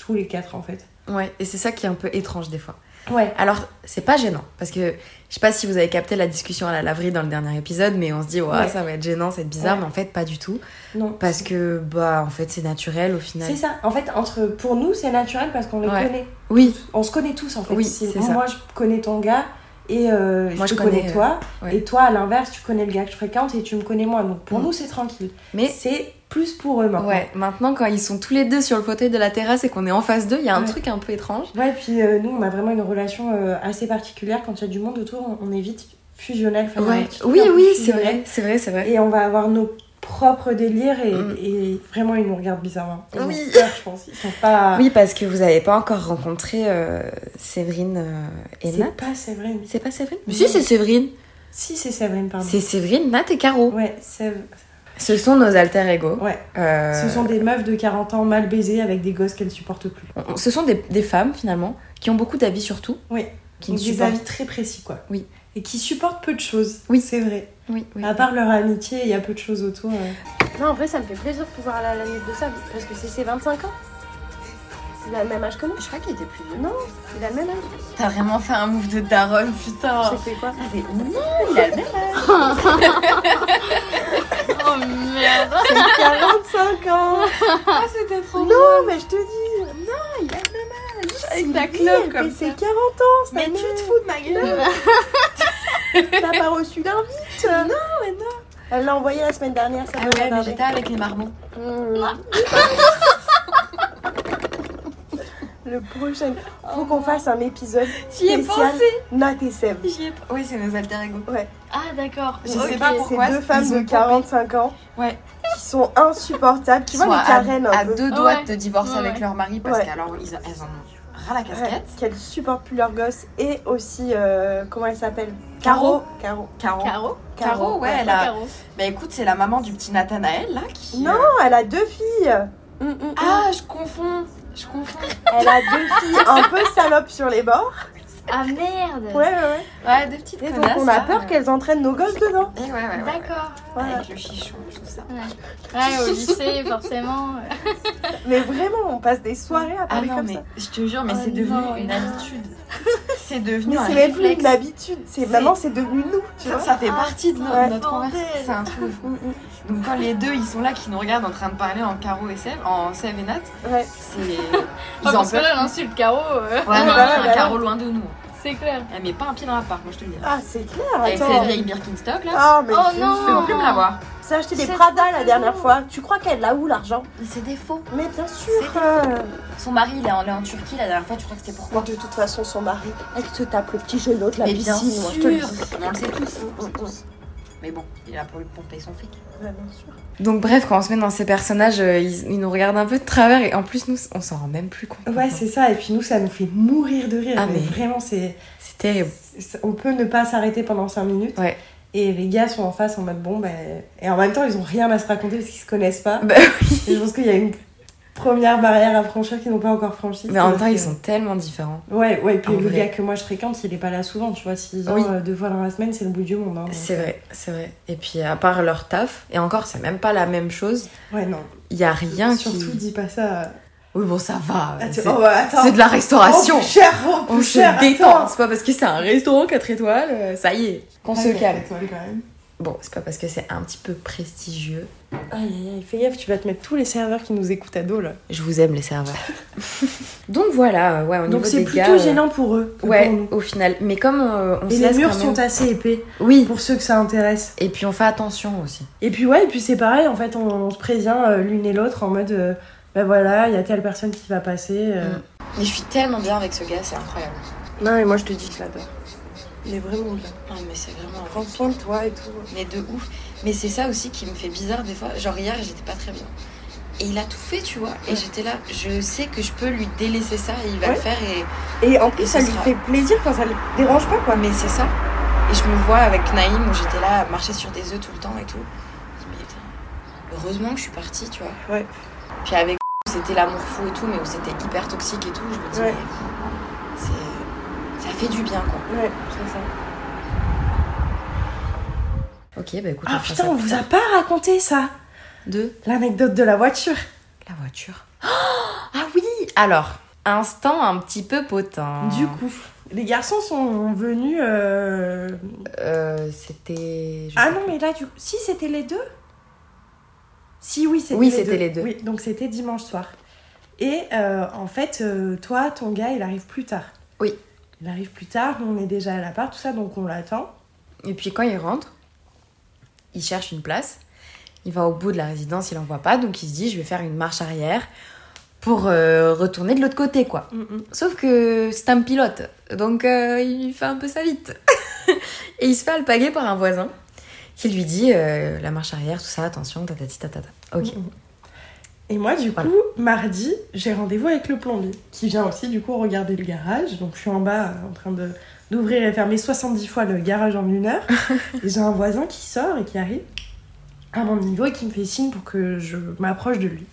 [SPEAKER 2] tous les quatre en fait.
[SPEAKER 1] mm. Ouais, et c'est ça qui est un peu étrange des fois.
[SPEAKER 2] Ouais.
[SPEAKER 1] Alors, c'est pas gênant, parce que je sais pas si vous avez capté la discussion à la laverie dans le dernier épisode, mais on se dit, ouais,
[SPEAKER 2] Ouais.
[SPEAKER 1] ça va être gênant, ça va être bizarre,
[SPEAKER 2] Ouais.
[SPEAKER 1] mais en fait, pas du tout.
[SPEAKER 2] Non.
[SPEAKER 1] Parce que, bah, en fait, c'est naturel au final.
[SPEAKER 2] C'est ça. En fait, entre pour nous, c'est naturel parce qu'on les
[SPEAKER 1] Ouais.
[SPEAKER 2] connaît.
[SPEAKER 1] Oui,
[SPEAKER 2] on se connaît tous en fait.
[SPEAKER 1] Oui,
[SPEAKER 2] Si-
[SPEAKER 1] c'est ça.
[SPEAKER 2] moi je connais ton gars et euh,
[SPEAKER 1] Moi,
[SPEAKER 2] je,
[SPEAKER 1] je
[SPEAKER 2] te
[SPEAKER 1] connais,
[SPEAKER 2] connais,
[SPEAKER 1] euh,
[SPEAKER 2] toi.
[SPEAKER 1] ouais.
[SPEAKER 2] Et toi à l'inverse, tu connais le gars que je fréquente et tu me connais moi. Donc pour
[SPEAKER 1] Mm.
[SPEAKER 2] nous c'est tranquille.
[SPEAKER 1] mais.
[SPEAKER 2] C'est plus pour eux maintenant.
[SPEAKER 1] Ouais, maintenant quand ils sont tous les deux sur le fauteuil de la terrasse et qu'on est en face d'eux, il y a un
[SPEAKER 2] Ouais.
[SPEAKER 1] truc un peu étrange.
[SPEAKER 2] Ouais, puis euh, nous on a vraiment une relation euh, assez particulière. Quand il y a du monde autour, on, on est vite fusionnel. enfin, un
[SPEAKER 1] Ouais,
[SPEAKER 2] petit peu
[SPEAKER 1] oui,
[SPEAKER 2] un peu
[SPEAKER 1] oui, c'est
[SPEAKER 2] fusionnel.
[SPEAKER 1] vrai, c'est vrai, c'est vrai.
[SPEAKER 2] Et on va avoir nos propres délires et,
[SPEAKER 1] Mm.
[SPEAKER 2] et vraiment ils nous regardent bizarrement. Ils ont
[SPEAKER 1] Oui.
[SPEAKER 2] peur, je pense. Ils sont pas.
[SPEAKER 1] Ah. Oui, parce que vous avez pas encore rencontré euh, Séverine euh, et Nat.
[SPEAKER 2] c'est pas Séverine.
[SPEAKER 1] C'est pas Séverine Mais
[SPEAKER 2] Non.
[SPEAKER 1] si, c'est Séverine.
[SPEAKER 2] Si c'est Séverine, pardon.
[SPEAKER 1] C'est Séverine, Nat et Caro.
[SPEAKER 2] Ouais, Sév-
[SPEAKER 1] Ce sont nos alter ego.
[SPEAKER 2] Ouais.
[SPEAKER 1] Euh,
[SPEAKER 2] Ce sont des meufs de 40 ans mal baisées avec des gosses qu'elles supportent plus.
[SPEAKER 1] on- on- ce sont des, des femmes finalement qui ont beaucoup d'avis sur tout.
[SPEAKER 2] Oui.
[SPEAKER 1] Qui ne
[SPEAKER 2] Donc des
[SPEAKER 1] supportent.
[SPEAKER 2] avis très précis, quoi.
[SPEAKER 1] Oui.
[SPEAKER 2] Et qui supportent peu de choses.
[SPEAKER 1] Oui.
[SPEAKER 2] C'est vrai.
[SPEAKER 1] Oui, oui.
[SPEAKER 2] À part leur amitié, il y a peu de choses autour. euh.
[SPEAKER 4] Non, en vrai, ça me fait plaisir de pouvoir aller à la nuit de sable. Parce que c'est ses 25 ans. Il a le même âge que nous.
[SPEAKER 8] Je crois qu'il était plus vieux.
[SPEAKER 4] Non, il a le même âge.
[SPEAKER 8] T'as vraiment fait un move de daronne, putain.
[SPEAKER 4] J'ai fait quoi
[SPEAKER 8] Mais non, il a le même âge. oh merde.
[SPEAKER 4] 45 ans
[SPEAKER 8] Ah, c'était trop beau.
[SPEAKER 4] Non, mais je te dis Non,
[SPEAKER 8] il a le
[SPEAKER 4] même âge
[SPEAKER 8] Avec ta clope comme ça.
[SPEAKER 4] c'est 40 ans, c'est
[SPEAKER 8] Mais
[SPEAKER 4] ta
[SPEAKER 8] tu
[SPEAKER 4] mère.
[SPEAKER 8] te fous de ma gueule.
[SPEAKER 4] T'as pas reçu l'invite Non, mais non Elle l'a envoyé la semaine dernière, ça
[SPEAKER 8] Ah
[SPEAKER 4] me
[SPEAKER 8] ouais, mais
[SPEAKER 4] regarde.
[SPEAKER 8] j'étais avec les marmots.
[SPEAKER 4] Mmh. Le prochain. Faut qu'on fasse un épisode
[SPEAKER 8] J'y ai
[SPEAKER 4] spécial
[SPEAKER 8] pensé.
[SPEAKER 4] Nat et Seb.
[SPEAKER 8] J'y ai pensé. Oui, c'est nos alter ego.
[SPEAKER 7] Ah d'accord.
[SPEAKER 8] Je
[SPEAKER 7] Ok.
[SPEAKER 8] sais pas
[SPEAKER 4] Ces
[SPEAKER 8] pourquoi.
[SPEAKER 4] deux
[SPEAKER 8] ils
[SPEAKER 4] femmes
[SPEAKER 8] ont
[SPEAKER 4] de
[SPEAKER 8] popé.
[SPEAKER 4] 45 ans
[SPEAKER 8] Ouais.
[SPEAKER 4] qui sont insupportables. Tu vois
[SPEAKER 8] Soit
[SPEAKER 4] les Karen
[SPEAKER 8] à,
[SPEAKER 4] un
[SPEAKER 8] à
[SPEAKER 4] peu.
[SPEAKER 8] deux doigts
[SPEAKER 7] Ouais.
[SPEAKER 8] de divorcer
[SPEAKER 7] Ouais,
[SPEAKER 8] avec
[SPEAKER 7] ouais.
[SPEAKER 8] leur mari parce
[SPEAKER 4] Ouais.
[SPEAKER 8] qu'alors ils- elles en ont ras la
[SPEAKER 4] Ouais,
[SPEAKER 8] casquette.
[SPEAKER 4] Qu'elles supportent plus leur gosse et aussi euh, comment elle s'appelle Caro. Caro.
[SPEAKER 8] Caro.
[SPEAKER 7] Caro.
[SPEAKER 8] Caro, ouais, elle a.
[SPEAKER 7] Caro.
[SPEAKER 8] Bah écoute, c'est la maman du petit Nathanaël là qui.
[SPEAKER 4] Non, elle a deux filles. Mm, mm, mm.
[SPEAKER 8] Ah, je confonds. Je confonds.
[SPEAKER 4] Elle a deux filles un peu salopes sur les bords
[SPEAKER 7] Ah merde
[SPEAKER 5] Ouais, ouais, ouais.
[SPEAKER 8] Ouais, deux petites
[SPEAKER 5] Et donc,
[SPEAKER 8] connasses.
[SPEAKER 5] on a
[SPEAKER 8] là.
[SPEAKER 5] peur qu'elles entraînent nos gosses dedans.
[SPEAKER 8] Et ouais, ouais, ouais, ouais.
[SPEAKER 7] D'accord.
[SPEAKER 5] Voilà.
[SPEAKER 8] Avec le chichon, tout ça.
[SPEAKER 7] Ouais. Ouais, au lycée, forcément.
[SPEAKER 5] Mais vraiment, on passe des soirées à
[SPEAKER 8] Ah
[SPEAKER 5] parler
[SPEAKER 8] non,
[SPEAKER 5] comme
[SPEAKER 8] mais
[SPEAKER 5] ça.
[SPEAKER 8] je te jure, mais
[SPEAKER 7] Oh
[SPEAKER 8] c'est devenu
[SPEAKER 7] non,
[SPEAKER 8] une
[SPEAKER 7] non.
[SPEAKER 8] habitude. C'est devenu
[SPEAKER 5] Mais
[SPEAKER 8] un
[SPEAKER 5] c'est même plus
[SPEAKER 8] réflexe.
[SPEAKER 5] une habitude. C'est
[SPEAKER 8] C'est-
[SPEAKER 5] vraiment, c'est devenu nous, tu
[SPEAKER 8] Ça,
[SPEAKER 5] vois.
[SPEAKER 8] ça fait partie de no-
[SPEAKER 5] Ouais. Mm,
[SPEAKER 8] notre conversation. C'est un truc de fou. Donc quand les deux, ils sont là, qui nous regardent en train de parler en Caro et Sève, en Sève et Nat,
[SPEAKER 5] Ouais.
[SPEAKER 8] c'est...
[SPEAKER 7] Ah,
[SPEAKER 8] Ils en
[SPEAKER 7] parce que
[SPEAKER 8] peuvent.
[SPEAKER 7] là, l'insulte Caro, euh,
[SPEAKER 8] Ouais, non,
[SPEAKER 5] bah ouais, bah
[SPEAKER 8] un Caro loin de nous.
[SPEAKER 7] c'est clair.
[SPEAKER 8] Elle met pas un pied dans la part, moi je te le dis.
[SPEAKER 5] Ah, c'est clair,
[SPEAKER 8] Avec sa
[SPEAKER 5] attends.
[SPEAKER 8] vieille Birkenstock là,
[SPEAKER 5] Ah, mais
[SPEAKER 7] Oh
[SPEAKER 5] je-
[SPEAKER 8] je
[SPEAKER 7] non
[SPEAKER 8] peux plus me la voir.
[SPEAKER 5] J'ai acheté des
[SPEAKER 7] C'est
[SPEAKER 5] Prada la dernière fois. Tu crois qu'elle a où l'argent
[SPEAKER 8] C'est des faux.
[SPEAKER 5] Mais bien sûr
[SPEAKER 8] C'est
[SPEAKER 5] euh,
[SPEAKER 8] Son mari, il est en, il est en Turquie la dernière fois, tu crois que c'était pourquoi
[SPEAKER 5] De toute façon, son mari, elle se tape le petit genou de la
[SPEAKER 8] Mais bien
[SPEAKER 5] piscine, moi je te le
[SPEAKER 8] sûr,
[SPEAKER 5] dis.
[SPEAKER 8] on le sait tous. Mais bon, il est là pour lui pomper son fric.
[SPEAKER 5] Ouais, bien sûr.
[SPEAKER 1] Donc bref, quand on se met dans ces personnages, euh, ils, ils nous regardent un peu de travers et en plus nous, on s'en rend même plus compte.
[SPEAKER 2] Ouais, c'est ça. Et puis nous, ça nous fait mourir de rire.
[SPEAKER 1] Ah,
[SPEAKER 2] Ah, mais
[SPEAKER 1] mais-
[SPEAKER 2] vraiment, c'est
[SPEAKER 1] C'est terrible.
[SPEAKER 2] c'est- on peut ne pas s'arrêter pendant 5 minutes.
[SPEAKER 1] Ouais.
[SPEAKER 2] Et les gars sont en face en mode bon, ben. Et en même temps, ils ont rien à se raconter parce qu'ils se connaissent pas.
[SPEAKER 1] Bah
[SPEAKER 2] Et je pense qu'il y a une première barrière à franchir qu'ils n'ont pas encore franchie.
[SPEAKER 1] Mais en même temps, ils
[SPEAKER 2] C'est-à-dire
[SPEAKER 1] sont tellement différents.
[SPEAKER 2] que- Ouais, ouais. Et puis
[SPEAKER 1] En
[SPEAKER 2] le
[SPEAKER 1] vrai.
[SPEAKER 2] gars que moi je fréquente, il est pas là souvent, tu vois. S'ils ont
[SPEAKER 1] Oui.
[SPEAKER 2] euh, deux fois dans la semaine, c'est le bout du monde. hein.
[SPEAKER 1] C'est vrai, c'est vrai. Et puis à part leur taf, et encore, c'est même pas la même chose.
[SPEAKER 2] Ouais, non.
[SPEAKER 1] Il y a rien
[SPEAKER 2] Surtout,
[SPEAKER 1] qui.
[SPEAKER 2] dis pas ça.
[SPEAKER 1] Oui, bon, ça va.
[SPEAKER 2] Ah, tu-
[SPEAKER 1] C'est
[SPEAKER 2] oh, bah, attends.
[SPEAKER 1] c'est de la
[SPEAKER 2] Oh,
[SPEAKER 1] restauration.
[SPEAKER 2] plus cher, oh,
[SPEAKER 1] on
[SPEAKER 2] plus
[SPEAKER 1] se
[SPEAKER 2] cher,
[SPEAKER 1] détend.
[SPEAKER 2] attends.
[SPEAKER 1] C'est pas parce que c'est un restaurant 4 étoiles, euh, ça y est, qu'on se
[SPEAKER 2] Ouais,
[SPEAKER 1] calme.
[SPEAKER 2] quatre étoiles, quand même.
[SPEAKER 1] Bon, c'est pas parce que c'est un petit peu prestigieux.
[SPEAKER 2] Aïe, aïe, aïe, fais gaffe, tu vas te mettre tous les serveurs qui nous écoutent à dos là.
[SPEAKER 1] Je vous aime, les serveurs. Donc voilà, ouais, au niveau
[SPEAKER 2] Donc c'est
[SPEAKER 1] des
[SPEAKER 2] plutôt
[SPEAKER 1] gars, euh,
[SPEAKER 2] gênant pour eux. que
[SPEAKER 1] Ouais,
[SPEAKER 2] pour nous.
[SPEAKER 1] au final. Mais comme euh, on
[SPEAKER 2] Et
[SPEAKER 1] se
[SPEAKER 2] les
[SPEAKER 1] laisse
[SPEAKER 2] murs
[SPEAKER 1] quand même-
[SPEAKER 2] sont assez épais
[SPEAKER 1] Oui,
[SPEAKER 2] pour ceux que ça intéresse.
[SPEAKER 1] et puis on fait attention aussi.
[SPEAKER 2] Et puis ouais, et puis c'est pareil, en fait, on, on se prévient euh, l'une et l'autre en mode euh, bah voilà, il y a telle personne qui va passer. euh.
[SPEAKER 8] Mais je suis tellement bien avec ce gars, c'est incroyable.
[SPEAKER 5] Non, mais moi je te dis, je l'adore. Il est vraiment bien.
[SPEAKER 8] Non Ah, mais c'est vraiment
[SPEAKER 5] Prends soin de toi et tout.
[SPEAKER 8] mais de ouf. Mais c'est ça aussi qui me fait bizarre des fois. Genre hier, j'étais pas très bien. Et il a tout fait, tu vois. Et j'étais là, je sais que je peux lui délaisser ça et il va
[SPEAKER 5] Ouais.
[SPEAKER 8] le faire. Et...
[SPEAKER 5] Et en plus,
[SPEAKER 8] Et ce
[SPEAKER 5] ça lui
[SPEAKER 8] sera-
[SPEAKER 5] fait plaisir, enfin, ça le dérange pas, quoi.
[SPEAKER 8] Mais c'est ça. Et je me vois avec Naïm où j'étais là à marcher sur des œufs tout le temps et tout. Je me dis, mais putain, heureusement que je suis partie, tu vois.
[SPEAKER 5] Ouais.
[SPEAKER 8] Puis avec c'était l'amour fou et tout, mais où c'était hyper toxique et tout. Je me dis,
[SPEAKER 5] Ouais.
[SPEAKER 8] mais c'est- ça fait du bien, quoi.
[SPEAKER 5] Ouais, c'est ça.
[SPEAKER 1] Ok, bah écoute,
[SPEAKER 2] Ah
[SPEAKER 1] on fera
[SPEAKER 2] putain,
[SPEAKER 1] ça
[SPEAKER 2] on
[SPEAKER 1] plus
[SPEAKER 2] vous
[SPEAKER 1] tard.
[SPEAKER 2] a pas raconté ça
[SPEAKER 1] De
[SPEAKER 2] L'anecdote de la voiture.
[SPEAKER 1] la voiture. ah oui Alors, instant un petit peu potin.
[SPEAKER 2] Du coup, les garçons sont venus. euh,
[SPEAKER 1] Euh, c'était. je
[SPEAKER 2] Ah
[SPEAKER 1] sais
[SPEAKER 2] non, mais là, du coup, si c'était les deux Si, oui, c'était
[SPEAKER 1] Oui,
[SPEAKER 2] les,
[SPEAKER 1] c'était
[SPEAKER 2] deux.
[SPEAKER 1] les deux.
[SPEAKER 2] Oui, donc c'était dimanche soir. Et euh, en fait, euh, toi, ton gars, il arrive plus tard.
[SPEAKER 1] Oui.
[SPEAKER 2] Il arrive plus tard, nous, on est déjà à la part, tout ça, donc on l'attend.
[SPEAKER 1] Et puis quand il rentre, il cherche une place. Il va au bout de la résidence, il en voit pas, donc il se dit je vais faire une marche arrière pour euh, retourner de l'autre côté quoi. Sauf que c'est un pilote, donc euh, il fait un peu ça vite. Et il se fait alpaguer par un voisin qui lui dit euh, la marche arrière, tout ça, attention, tatati tatata. Ok.
[SPEAKER 2] Et moi, du
[SPEAKER 1] Voilà.
[SPEAKER 2] coup, mardi, j'ai rendez-vous avec le plombier, qui vient aussi, du coup, regarder le garage. Donc, je suis en bas, euh, en train de d'ouvrir et fermer 70 fois le garage en une heure. et j'ai un voisin qui sort et qui arrive à mon niveau et qui me fait signe pour que je m'approche de lui.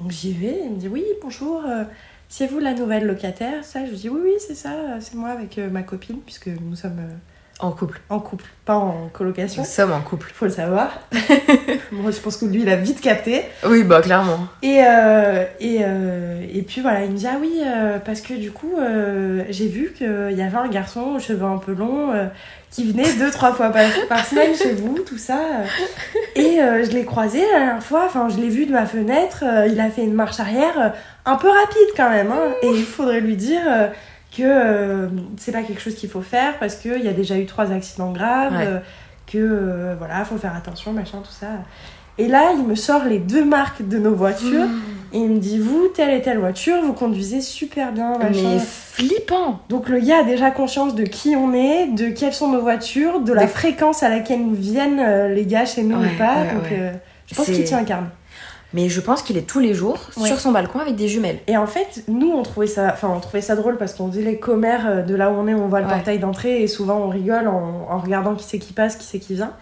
[SPEAKER 2] Donc, j'y vais, il me dit « Oui, bonjour, euh, c'est vous la nouvelle locataire ?» Ça, je lui dis « Oui, oui, c'est ça, euh, c'est moi avec euh, ma copine, puisque nous sommes euh,
[SPEAKER 1] En couple.
[SPEAKER 2] en couple, pas en colocation.
[SPEAKER 1] Nous sommes en couple.
[SPEAKER 2] Faut le savoir. Moi, je pense que lui, il a vite capté.
[SPEAKER 1] Oui, bah clairement.
[SPEAKER 2] Et, euh, et, euh, et puis voilà, il me dit Ah oui, euh, parce que du coup, euh, j'ai vu qu'il y avait un garçon aux cheveux un peu longs euh, qui venait deux, trois fois par, par semaine chez vous, tout ça. Et euh, je l'ai croisé la dernière fois, enfin, je l'ai vu de ma fenêtre, euh, il a fait une marche arrière euh, un peu rapide quand même. hein. et il faudrait lui dire euh, que euh, c'est pas quelque chose qu'il faut faire parce qu'il y a déjà eu trois accidents graves,
[SPEAKER 1] Ouais.
[SPEAKER 2] euh, que euh, voilà, faut faire attention, machin, tout ça. Et là, il me sort les deux marques de nos voitures
[SPEAKER 1] Mmh.
[SPEAKER 2] et il me dit Vous, telle et telle voiture, vous conduisez super bien, machin.
[SPEAKER 1] Mais flippant.
[SPEAKER 2] Donc le gars a déjà conscience de qui on est, de quelles sont nos voitures, de la
[SPEAKER 1] Des-
[SPEAKER 2] fréquence à laquelle viennent euh, les gars chez nous
[SPEAKER 1] Ouais,
[SPEAKER 2] ou pas.
[SPEAKER 1] ouais,
[SPEAKER 2] donc
[SPEAKER 1] ouais.
[SPEAKER 2] euh, je pense
[SPEAKER 1] C'est-
[SPEAKER 2] qu'il tient incarne.
[SPEAKER 1] Mais je pense qu'il est tous les jours
[SPEAKER 2] Ouais.
[SPEAKER 1] sur son balcon avec des jumelles.
[SPEAKER 2] Et en fait, nous, on trouvait ça, enfin, on trouvait ça drôle parce qu'on dit les commères euh, de là où on est, on voit le
[SPEAKER 1] Ouais.
[SPEAKER 2] portail d'entrée et souvent on rigole en, en regardant qui c'est qui passe, qui c'est qui vient.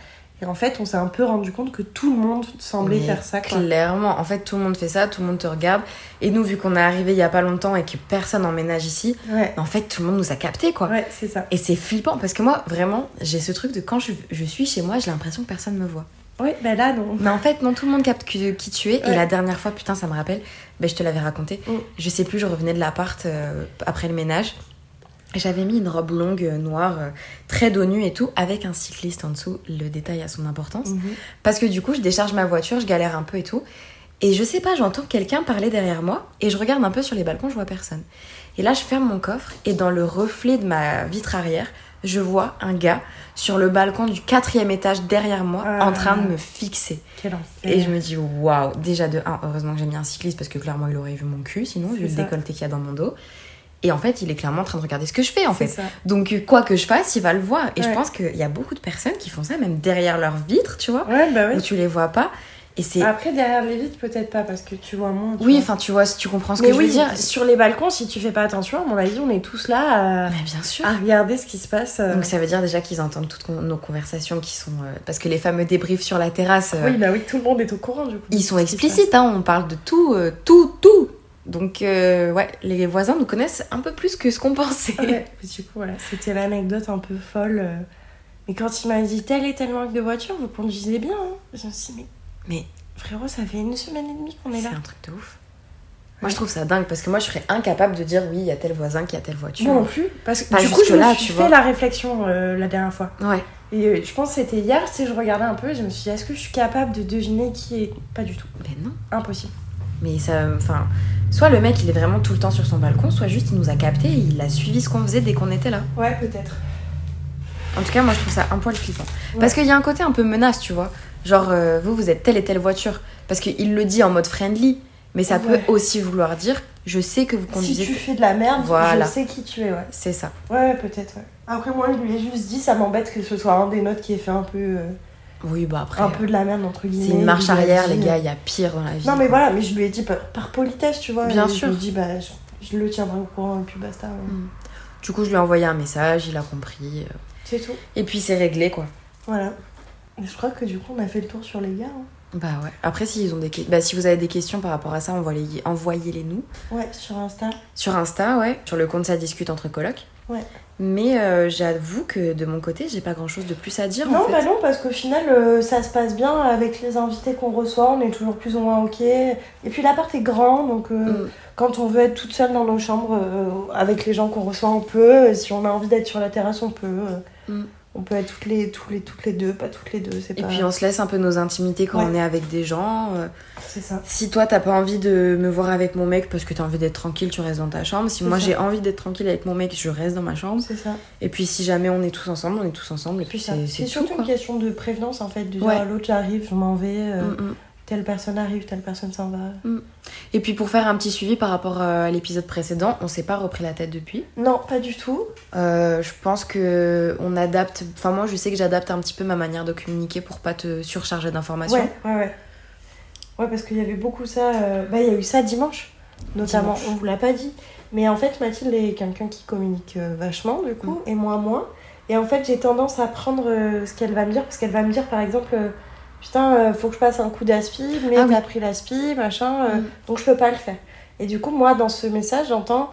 [SPEAKER 2] Et Et en fait, on s'est un peu rendu compte que tout le monde semblait
[SPEAKER 1] Mais
[SPEAKER 2] faire ça. quoi.
[SPEAKER 1] Clairement, en fait, tout le monde fait ça, tout le monde te regarde. Et nous, vu qu'on est arrivé il y a pas longtemps et que personne emménage ici,
[SPEAKER 2] Ouais,
[SPEAKER 1] en fait, tout le monde nous a capté quoi.
[SPEAKER 2] ouais c'est ça.
[SPEAKER 1] Et c'est flippant parce que moi, vraiment, j'ai ce truc de quand je, je suis chez moi, j'ai l'impression que personne me voit.
[SPEAKER 2] Ouais, bah là, non.
[SPEAKER 1] Mais en fait, non, tout le monde capte que- qui tu es.
[SPEAKER 2] Ouais.
[SPEAKER 1] Et la dernière fois, putain, ça me rappelle, ben, je te l'avais raconté.
[SPEAKER 2] Mm.
[SPEAKER 1] Je sais plus, je revenais de l'appart euh, après le ménage. J'avais mis une robe longue, euh, noire, euh, très dos nu et tout, avec un cycliste en dessous. Le détail a son
[SPEAKER 2] Mm.
[SPEAKER 1] importance. Parce que du coup, je décharge ma voiture, je galère un peu et tout. Et je sais pas, j'entends quelqu'un parler derrière moi et je regarde un peu sur les balcons, je vois personne. Et là, je ferme mon coffre et dans le reflet de ma vitre arrière, je vois un gars sur le balcon du quatrième étage derrière moi
[SPEAKER 2] Ah.
[SPEAKER 1] en train de me fixer.
[SPEAKER 2] Quel enfer.
[SPEAKER 1] Et je me dis, waouh, déjà de 1, heureusement que j'ai mis un cycliste parce que clairement il aurait vu mon cul, sinon vu
[SPEAKER 2] C'est
[SPEAKER 1] le
[SPEAKER 2] ça.
[SPEAKER 1] décolleté qu'il y a dans mon dos. Et en fait, il est clairement en train de regarder ce que je fais en
[SPEAKER 2] C'est
[SPEAKER 1] fait.
[SPEAKER 2] ça.
[SPEAKER 1] Donc quoi que je fasse, il va le voir. Et
[SPEAKER 2] Ouais.
[SPEAKER 1] je pense qu'il y a beaucoup de personnes qui font ça, même derrière leur vitre, tu vois,
[SPEAKER 2] Ouais, bah
[SPEAKER 1] où
[SPEAKER 2] ouais.
[SPEAKER 1] tu les vois pas. Et c'est.
[SPEAKER 2] Après, derrière les vitres, peut-être pas, parce que tu vois moins. tu
[SPEAKER 1] oui,
[SPEAKER 2] vois.
[SPEAKER 1] enfin, tu vois, si tu comprends ce
[SPEAKER 2] Mais
[SPEAKER 1] que
[SPEAKER 2] oui,
[SPEAKER 1] je veux dire.
[SPEAKER 2] sur les balcons, si tu fais pas attention, à mon avis, on est tous là à,
[SPEAKER 1] Mais bien sûr.
[SPEAKER 2] à regarder ce qui se passe. Ah, euh.
[SPEAKER 1] Donc ça veut dire déjà qu'ils entendent toutes con- nos conversations qui sont. euh, Parce que les fameux débriefs sur la terrasse, euh,
[SPEAKER 2] Oui, bah oui, tout le monde est au courant du coup.
[SPEAKER 1] ils sont
[SPEAKER 2] de ce qui se
[SPEAKER 1] explicites, hein, on parle de tout, euh, tout, tout. Donc euh, ouais, les voisins nous connaissent un peu plus que ce qu'on pensait.
[SPEAKER 2] passe. Ah Ouais, mais du coup, voilà, c'était l'anecdote un peu folle. euh. Mais quand il m'a dit telle et telle marque de voiture, vous conduisez bien. Hein. Je me suis dit, mais,
[SPEAKER 1] Mais-
[SPEAKER 2] mais frérot, ça fait une semaine et demie qu'on est
[SPEAKER 1] C'est
[SPEAKER 2] là.
[SPEAKER 1] un truc de ouf. Moi je trouve ça dingue parce que moi je serais incapable de dire oui, il y a tel voisin qui a telle voiture.
[SPEAKER 2] Moi non plus, parce que
[SPEAKER 1] Pas
[SPEAKER 2] du coup,
[SPEAKER 1] jusque
[SPEAKER 2] je me
[SPEAKER 1] là,
[SPEAKER 2] suis
[SPEAKER 1] tu
[SPEAKER 2] fait
[SPEAKER 1] vois.
[SPEAKER 2] la réflexion euh, la dernière fois.
[SPEAKER 1] Ouais.
[SPEAKER 2] Et euh, je pense que c'était hier, tu sais, je regardais un peu et je me suis dit, est-ce que je suis capable de deviner qui est Pas du tout.
[SPEAKER 1] Ben non.
[SPEAKER 2] Impossible.
[SPEAKER 1] Mais ça. Enfin. Soit le mec il est vraiment tout le temps sur son balcon, soit juste il nous a capté et il a suivi ce qu'on faisait dès qu'on était là.
[SPEAKER 2] Ouais, peut-être.
[SPEAKER 1] En tout cas, moi je trouve ça un poil flippant. Parce qu'il y a un côté un peu menace, tu vois. Genre, euh, vous, vous êtes telle et telle voiture. Parce qu'il le dit en mode friendly, mais ça
[SPEAKER 2] Ouais.
[SPEAKER 1] peut aussi vouloir dire je sais que vous conduisez.
[SPEAKER 2] Si tu fais de la merde,
[SPEAKER 1] Voilà.
[SPEAKER 2] je sais qui tu es, ouais.
[SPEAKER 1] C'est ça.
[SPEAKER 2] Ouais, ouais, peut-être, ouais. Après, moi, je lui ai juste dit, ça m'embête que ce soit un des nôtres qui ait fait un peu, euh,
[SPEAKER 1] Oui, bah après,
[SPEAKER 2] un peu de la merde, entre
[SPEAKER 1] c'est
[SPEAKER 2] guillemets.
[SPEAKER 1] une marche
[SPEAKER 2] Je lui ai
[SPEAKER 1] arrière,
[SPEAKER 2] dit,
[SPEAKER 1] les
[SPEAKER 2] mais-
[SPEAKER 1] gars, il y a pire dans la vie.
[SPEAKER 2] Non, mais voilà, mais je lui ai dit par, par politesse, tu vois.
[SPEAKER 1] Bien
[SPEAKER 2] et Je
[SPEAKER 1] sûr.
[SPEAKER 2] lui ai dit, bah, je, je le tiendrai au courant et puis basta. hein. ouais.
[SPEAKER 1] Du coup, je lui ai envoyé un message, il a compris. euh,
[SPEAKER 2] C'est tout.
[SPEAKER 1] Et puis, c'est réglé, quoi.
[SPEAKER 2] Voilà. Et Je crois que du coup, on a fait le tour sur les gars. hein.
[SPEAKER 1] Bah ouais. Après, s'ils ont des... que- bah, si vous avez des questions par rapport à ça, envoyez- envoyez-les nous.
[SPEAKER 2] Ouais, sur Insta.
[SPEAKER 1] Sur Insta, ouais. Sur le compte Ça Discute Entre Colocs.
[SPEAKER 2] Ouais.
[SPEAKER 1] Mais euh, j'avoue que de mon côté, j'ai pas grand chose de plus à dire
[SPEAKER 2] Non,
[SPEAKER 1] en fait.
[SPEAKER 2] bah non, parce qu'au final, euh, ça se passe bien avec les invités qu'on reçoit, on est toujours plus ou moins ok. Et puis l'appart est grand, donc euh,
[SPEAKER 1] Mm.
[SPEAKER 2] quand on veut être toute seule dans nos chambres, euh, avec les gens qu'on reçoit, on peut. Et si on a envie d'être sur la terrasse, on peut. euh,
[SPEAKER 1] Mm.
[SPEAKER 2] On peut être toutes les, toutes les, toutes les deux, pas toutes les deux, c'est
[SPEAKER 1] Et
[SPEAKER 2] pas...
[SPEAKER 1] puis on se laisse un peu nos intimités quand
[SPEAKER 2] Ouais.
[SPEAKER 1] on est avec des gens. Euh,
[SPEAKER 2] C'est ça.
[SPEAKER 1] Si toi t'as pas envie de me voir avec mon mec parce que t'as envie d'être tranquille, tu restes dans ta chambre. Si
[SPEAKER 2] C'est
[SPEAKER 1] moi
[SPEAKER 2] ça.
[SPEAKER 1] j'ai envie d'être tranquille avec mon mec, je reste dans ma chambre.
[SPEAKER 2] C'est ça.
[SPEAKER 1] Et puis si jamais on est tous ensemble, on est tous ensemble. Et
[SPEAKER 2] Puis
[SPEAKER 1] puis
[SPEAKER 2] ça.
[SPEAKER 1] c'est
[SPEAKER 2] C'est
[SPEAKER 1] c'est tout
[SPEAKER 2] surtout
[SPEAKER 1] quoi.
[SPEAKER 2] une question de prévenance, en fait, de dire
[SPEAKER 1] Ouais.
[SPEAKER 2] ah, l'autre, j'arrive, je m'en vais, euh,
[SPEAKER 1] Mm, mm.
[SPEAKER 2] telle personne arrive, telle personne s'en va.
[SPEAKER 1] Et puis pour faire un petit suivi par rapport euh, à l'épisode précédent, on s'est pas repris la tête depuis.
[SPEAKER 2] Non, pas du tout.
[SPEAKER 1] Euh, je pense que on adapte. Enfin moi je sais que j'adapte un petit peu ma manière de communiquer pour pas te surcharger d'informations.
[SPEAKER 2] Ouais, ouais, ouais. Ouais, parce qu'il y avait beaucoup ça. euh, Bah, il y a eu ça dimanche, notamment.
[SPEAKER 1] Dimanche.
[SPEAKER 2] On vous l'a pas dit. Mais en fait, Mathilde est quelqu'un qui communique euh, vachement, du coup,
[SPEAKER 1] Mm.
[SPEAKER 2] et moi moins. Et en fait, j'ai tendance à prendre euh, ce qu'elle va me dire, parce qu'elle va me dire, par exemple, euh, putain, euh, faut que je passe un coup d'aspi, mais
[SPEAKER 1] Ah oui.
[SPEAKER 2] t'as pris l'aspi, machin, euh,
[SPEAKER 1] Mm.
[SPEAKER 2] donc je peux pas le faire. Et du coup, moi, dans ce message, j'entends,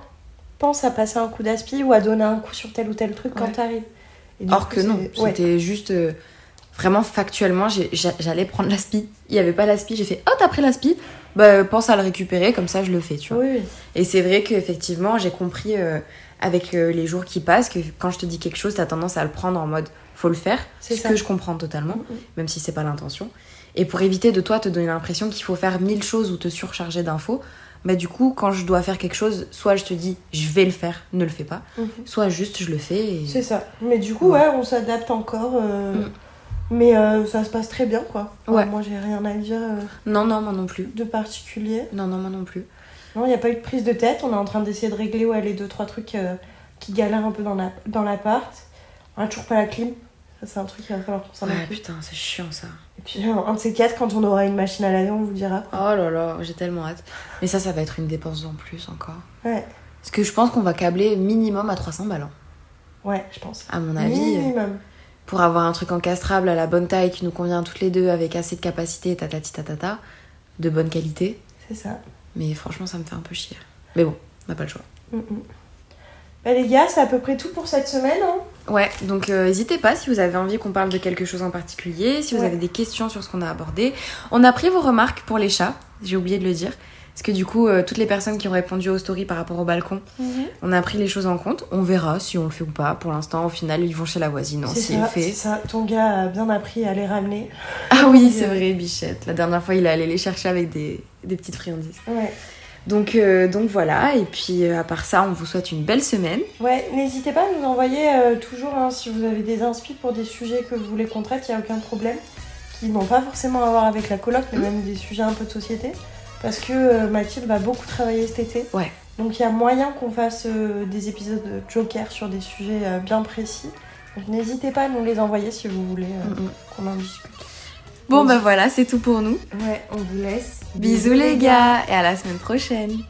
[SPEAKER 2] pense à passer un coup d'aspi ou à donner un coup sur tel ou tel truc quand
[SPEAKER 1] Ouais.
[SPEAKER 2] t'arrives. Et du
[SPEAKER 1] Or
[SPEAKER 2] coup,
[SPEAKER 1] que non,
[SPEAKER 2] c'est- ouais.
[SPEAKER 1] c'était juste euh, vraiment factuellement, j'ai- j'a- j'allais prendre l'aspi. Il n'y avait pas l'aspi, j'ai fait Oh, t'as pris l'aspi bah, Pense à le récupérer, comme ça je le fais, tu vois.
[SPEAKER 2] Oui, oui.
[SPEAKER 1] Et c'est vrai qu'effectivement, j'ai compris euh, avec euh, les jours qui passent que quand je te dis quelque chose, t'as tendance à le prendre en mode Faut le faire,
[SPEAKER 2] C'est
[SPEAKER 1] ce
[SPEAKER 2] ça.
[SPEAKER 1] que je comprends totalement,
[SPEAKER 2] Mhm.
[SPEAKER 1] même si c'est pas l'intention. Et pour éviter de toi te donner l'impression qu'il faut faire mille choses ou te surcharger d'infos, bah, du coup, quand je dois faire quelque chose, soit je te dis Je vais le faire, ne le fais pas,
[SPEAKER 2] Mhm.
[SPEAKER 1] soit juste je le fais et.
[SPEAKER 2] C'est ça. Mais du coup, ouais, on s'adapte encore. euh,
[SPEAKER 1] Mm.
[SPEAKER 2] Mais euh, ça se passe très bien, quoi. Enfin,
[SPEAKER 1] Ouais.
[SPEAKER 2] Moi, j'ai rien à dire euh,
[SPEAKER 1] Non, non, moi non plus.
[SPEAKER 2] de particulier.
[SPEAKER 1] Non, non, moi non plus.
[SPEAKER 2] Non, il n'y a pas eu de prise de tête. On est en train d'essayer de régler ouais, les deux, trois trucs euh, qui galèrent un peu dans la Dans l'appart. on a toujours pas la clim. Ça, c'est un truc qu'il va falloir qu'on s'en
[SPEAKER 1] Ouais,
[SPEAKER 2] occupe.
[SPEAKER 1] Ah, putain, c'est chiant ça.
[SPEAKER 2] Et puis, euh, un un de ces quatre, quand on aura une machine à laver, on vous dira.
[SPEAKER 1] Oh là là, j'ai tellement hâte. Mais ça, ça va être une dépense en plus encore.
[SPEAKER 2] Ouais,
[SPEAKER 1] Parce que je pense qu'on va câbler minimum à 300 balles. hein.
[SPEAKER 2] ouais, je pense.
[SPEAKER 1] À mon avis, euh,
[SPEAKER 2] Minimum.
[SPEAKER 1] pour avoir un truc encastrable à la bonne taille qui nous convient toutes les deux avec assez de capacité, tatati tatata, de bonne qualité.
[SPEAKER 2] C'est ça.
[SPEAKER 1] Mais franchement, ça me fait un peu chier. Mais bon, on n'a pas le choix.
[SPEAKER 2] Mm-mm. Bah, les gars, c'est à peu près tout pour cette semaine. hein.
[SPEAKER 1] Ouais, donc euh, n'hésitez pas si vous avez envie qu'on parle de quelque chose en particulier, si vous
[SPEAKER 2] Ouais.
[SPEAKER 1] avez des questions sur ce qu'on a abordé. On a pris vos remarques pour les chats, j'ai oublié de le dire. Parce que du coup, euh, toutes les personnes qui ont répondu aux stories par rapport au balcon, on a pris les choses en compte. On verra si on le fait ou pas. Pour l'instant, au final, ils vont chez la voisine. On
[SPEAKER 2] c'est
[SPEAKER 1] s'y
[SPEAKER 2] ça, c'est
[SPEAKER 1] fait.
[SPEAKER 2] ça. Ton gars a bien appris à les ramener.
[SPEAKER 1] Ah oui, c'est vrai, Bichette. La dernière fois, il est allé les chercher avec des, des petites friandises.
[SPEAKER 2] Ouais.
[SPEAKER 1] Donc, euh, donc voilà, et puis euh, à part ça, on vous souhaite une belle semaine.
[SPEAKER 2] Ouais, n'hésitez pas à nous envoyer euh, toujours hein, si vous avez des inspi pour des sujets que vous voulez qu'on traite, il n'y a aucun problème. Qui n'ont pas forcément à voir avec la coloc, mais même des sujets un peu de société. Parce que euh, Mathilde va beaucoup travailler cet été.
[SPEAKER 1] Ouais.
[SPEAKER 2] Donc il y a moyen qu'on fasse euh, des épisodes de Joker sur des sujets euh, bien précis. Donc n'hésitez pas à nous les envoyer si vous voulez euh,
[SPEAKER 1] Mhm.
[SPEAKER 2] qu'on en discute.
[SPEAKER 1] Bon, bah voilà, c'est tout pour nous.
[SPEAKER 2] Ouais, on vous laisse.
[SPEAKER 1] Bisous les gars, et à la semaine prochaine.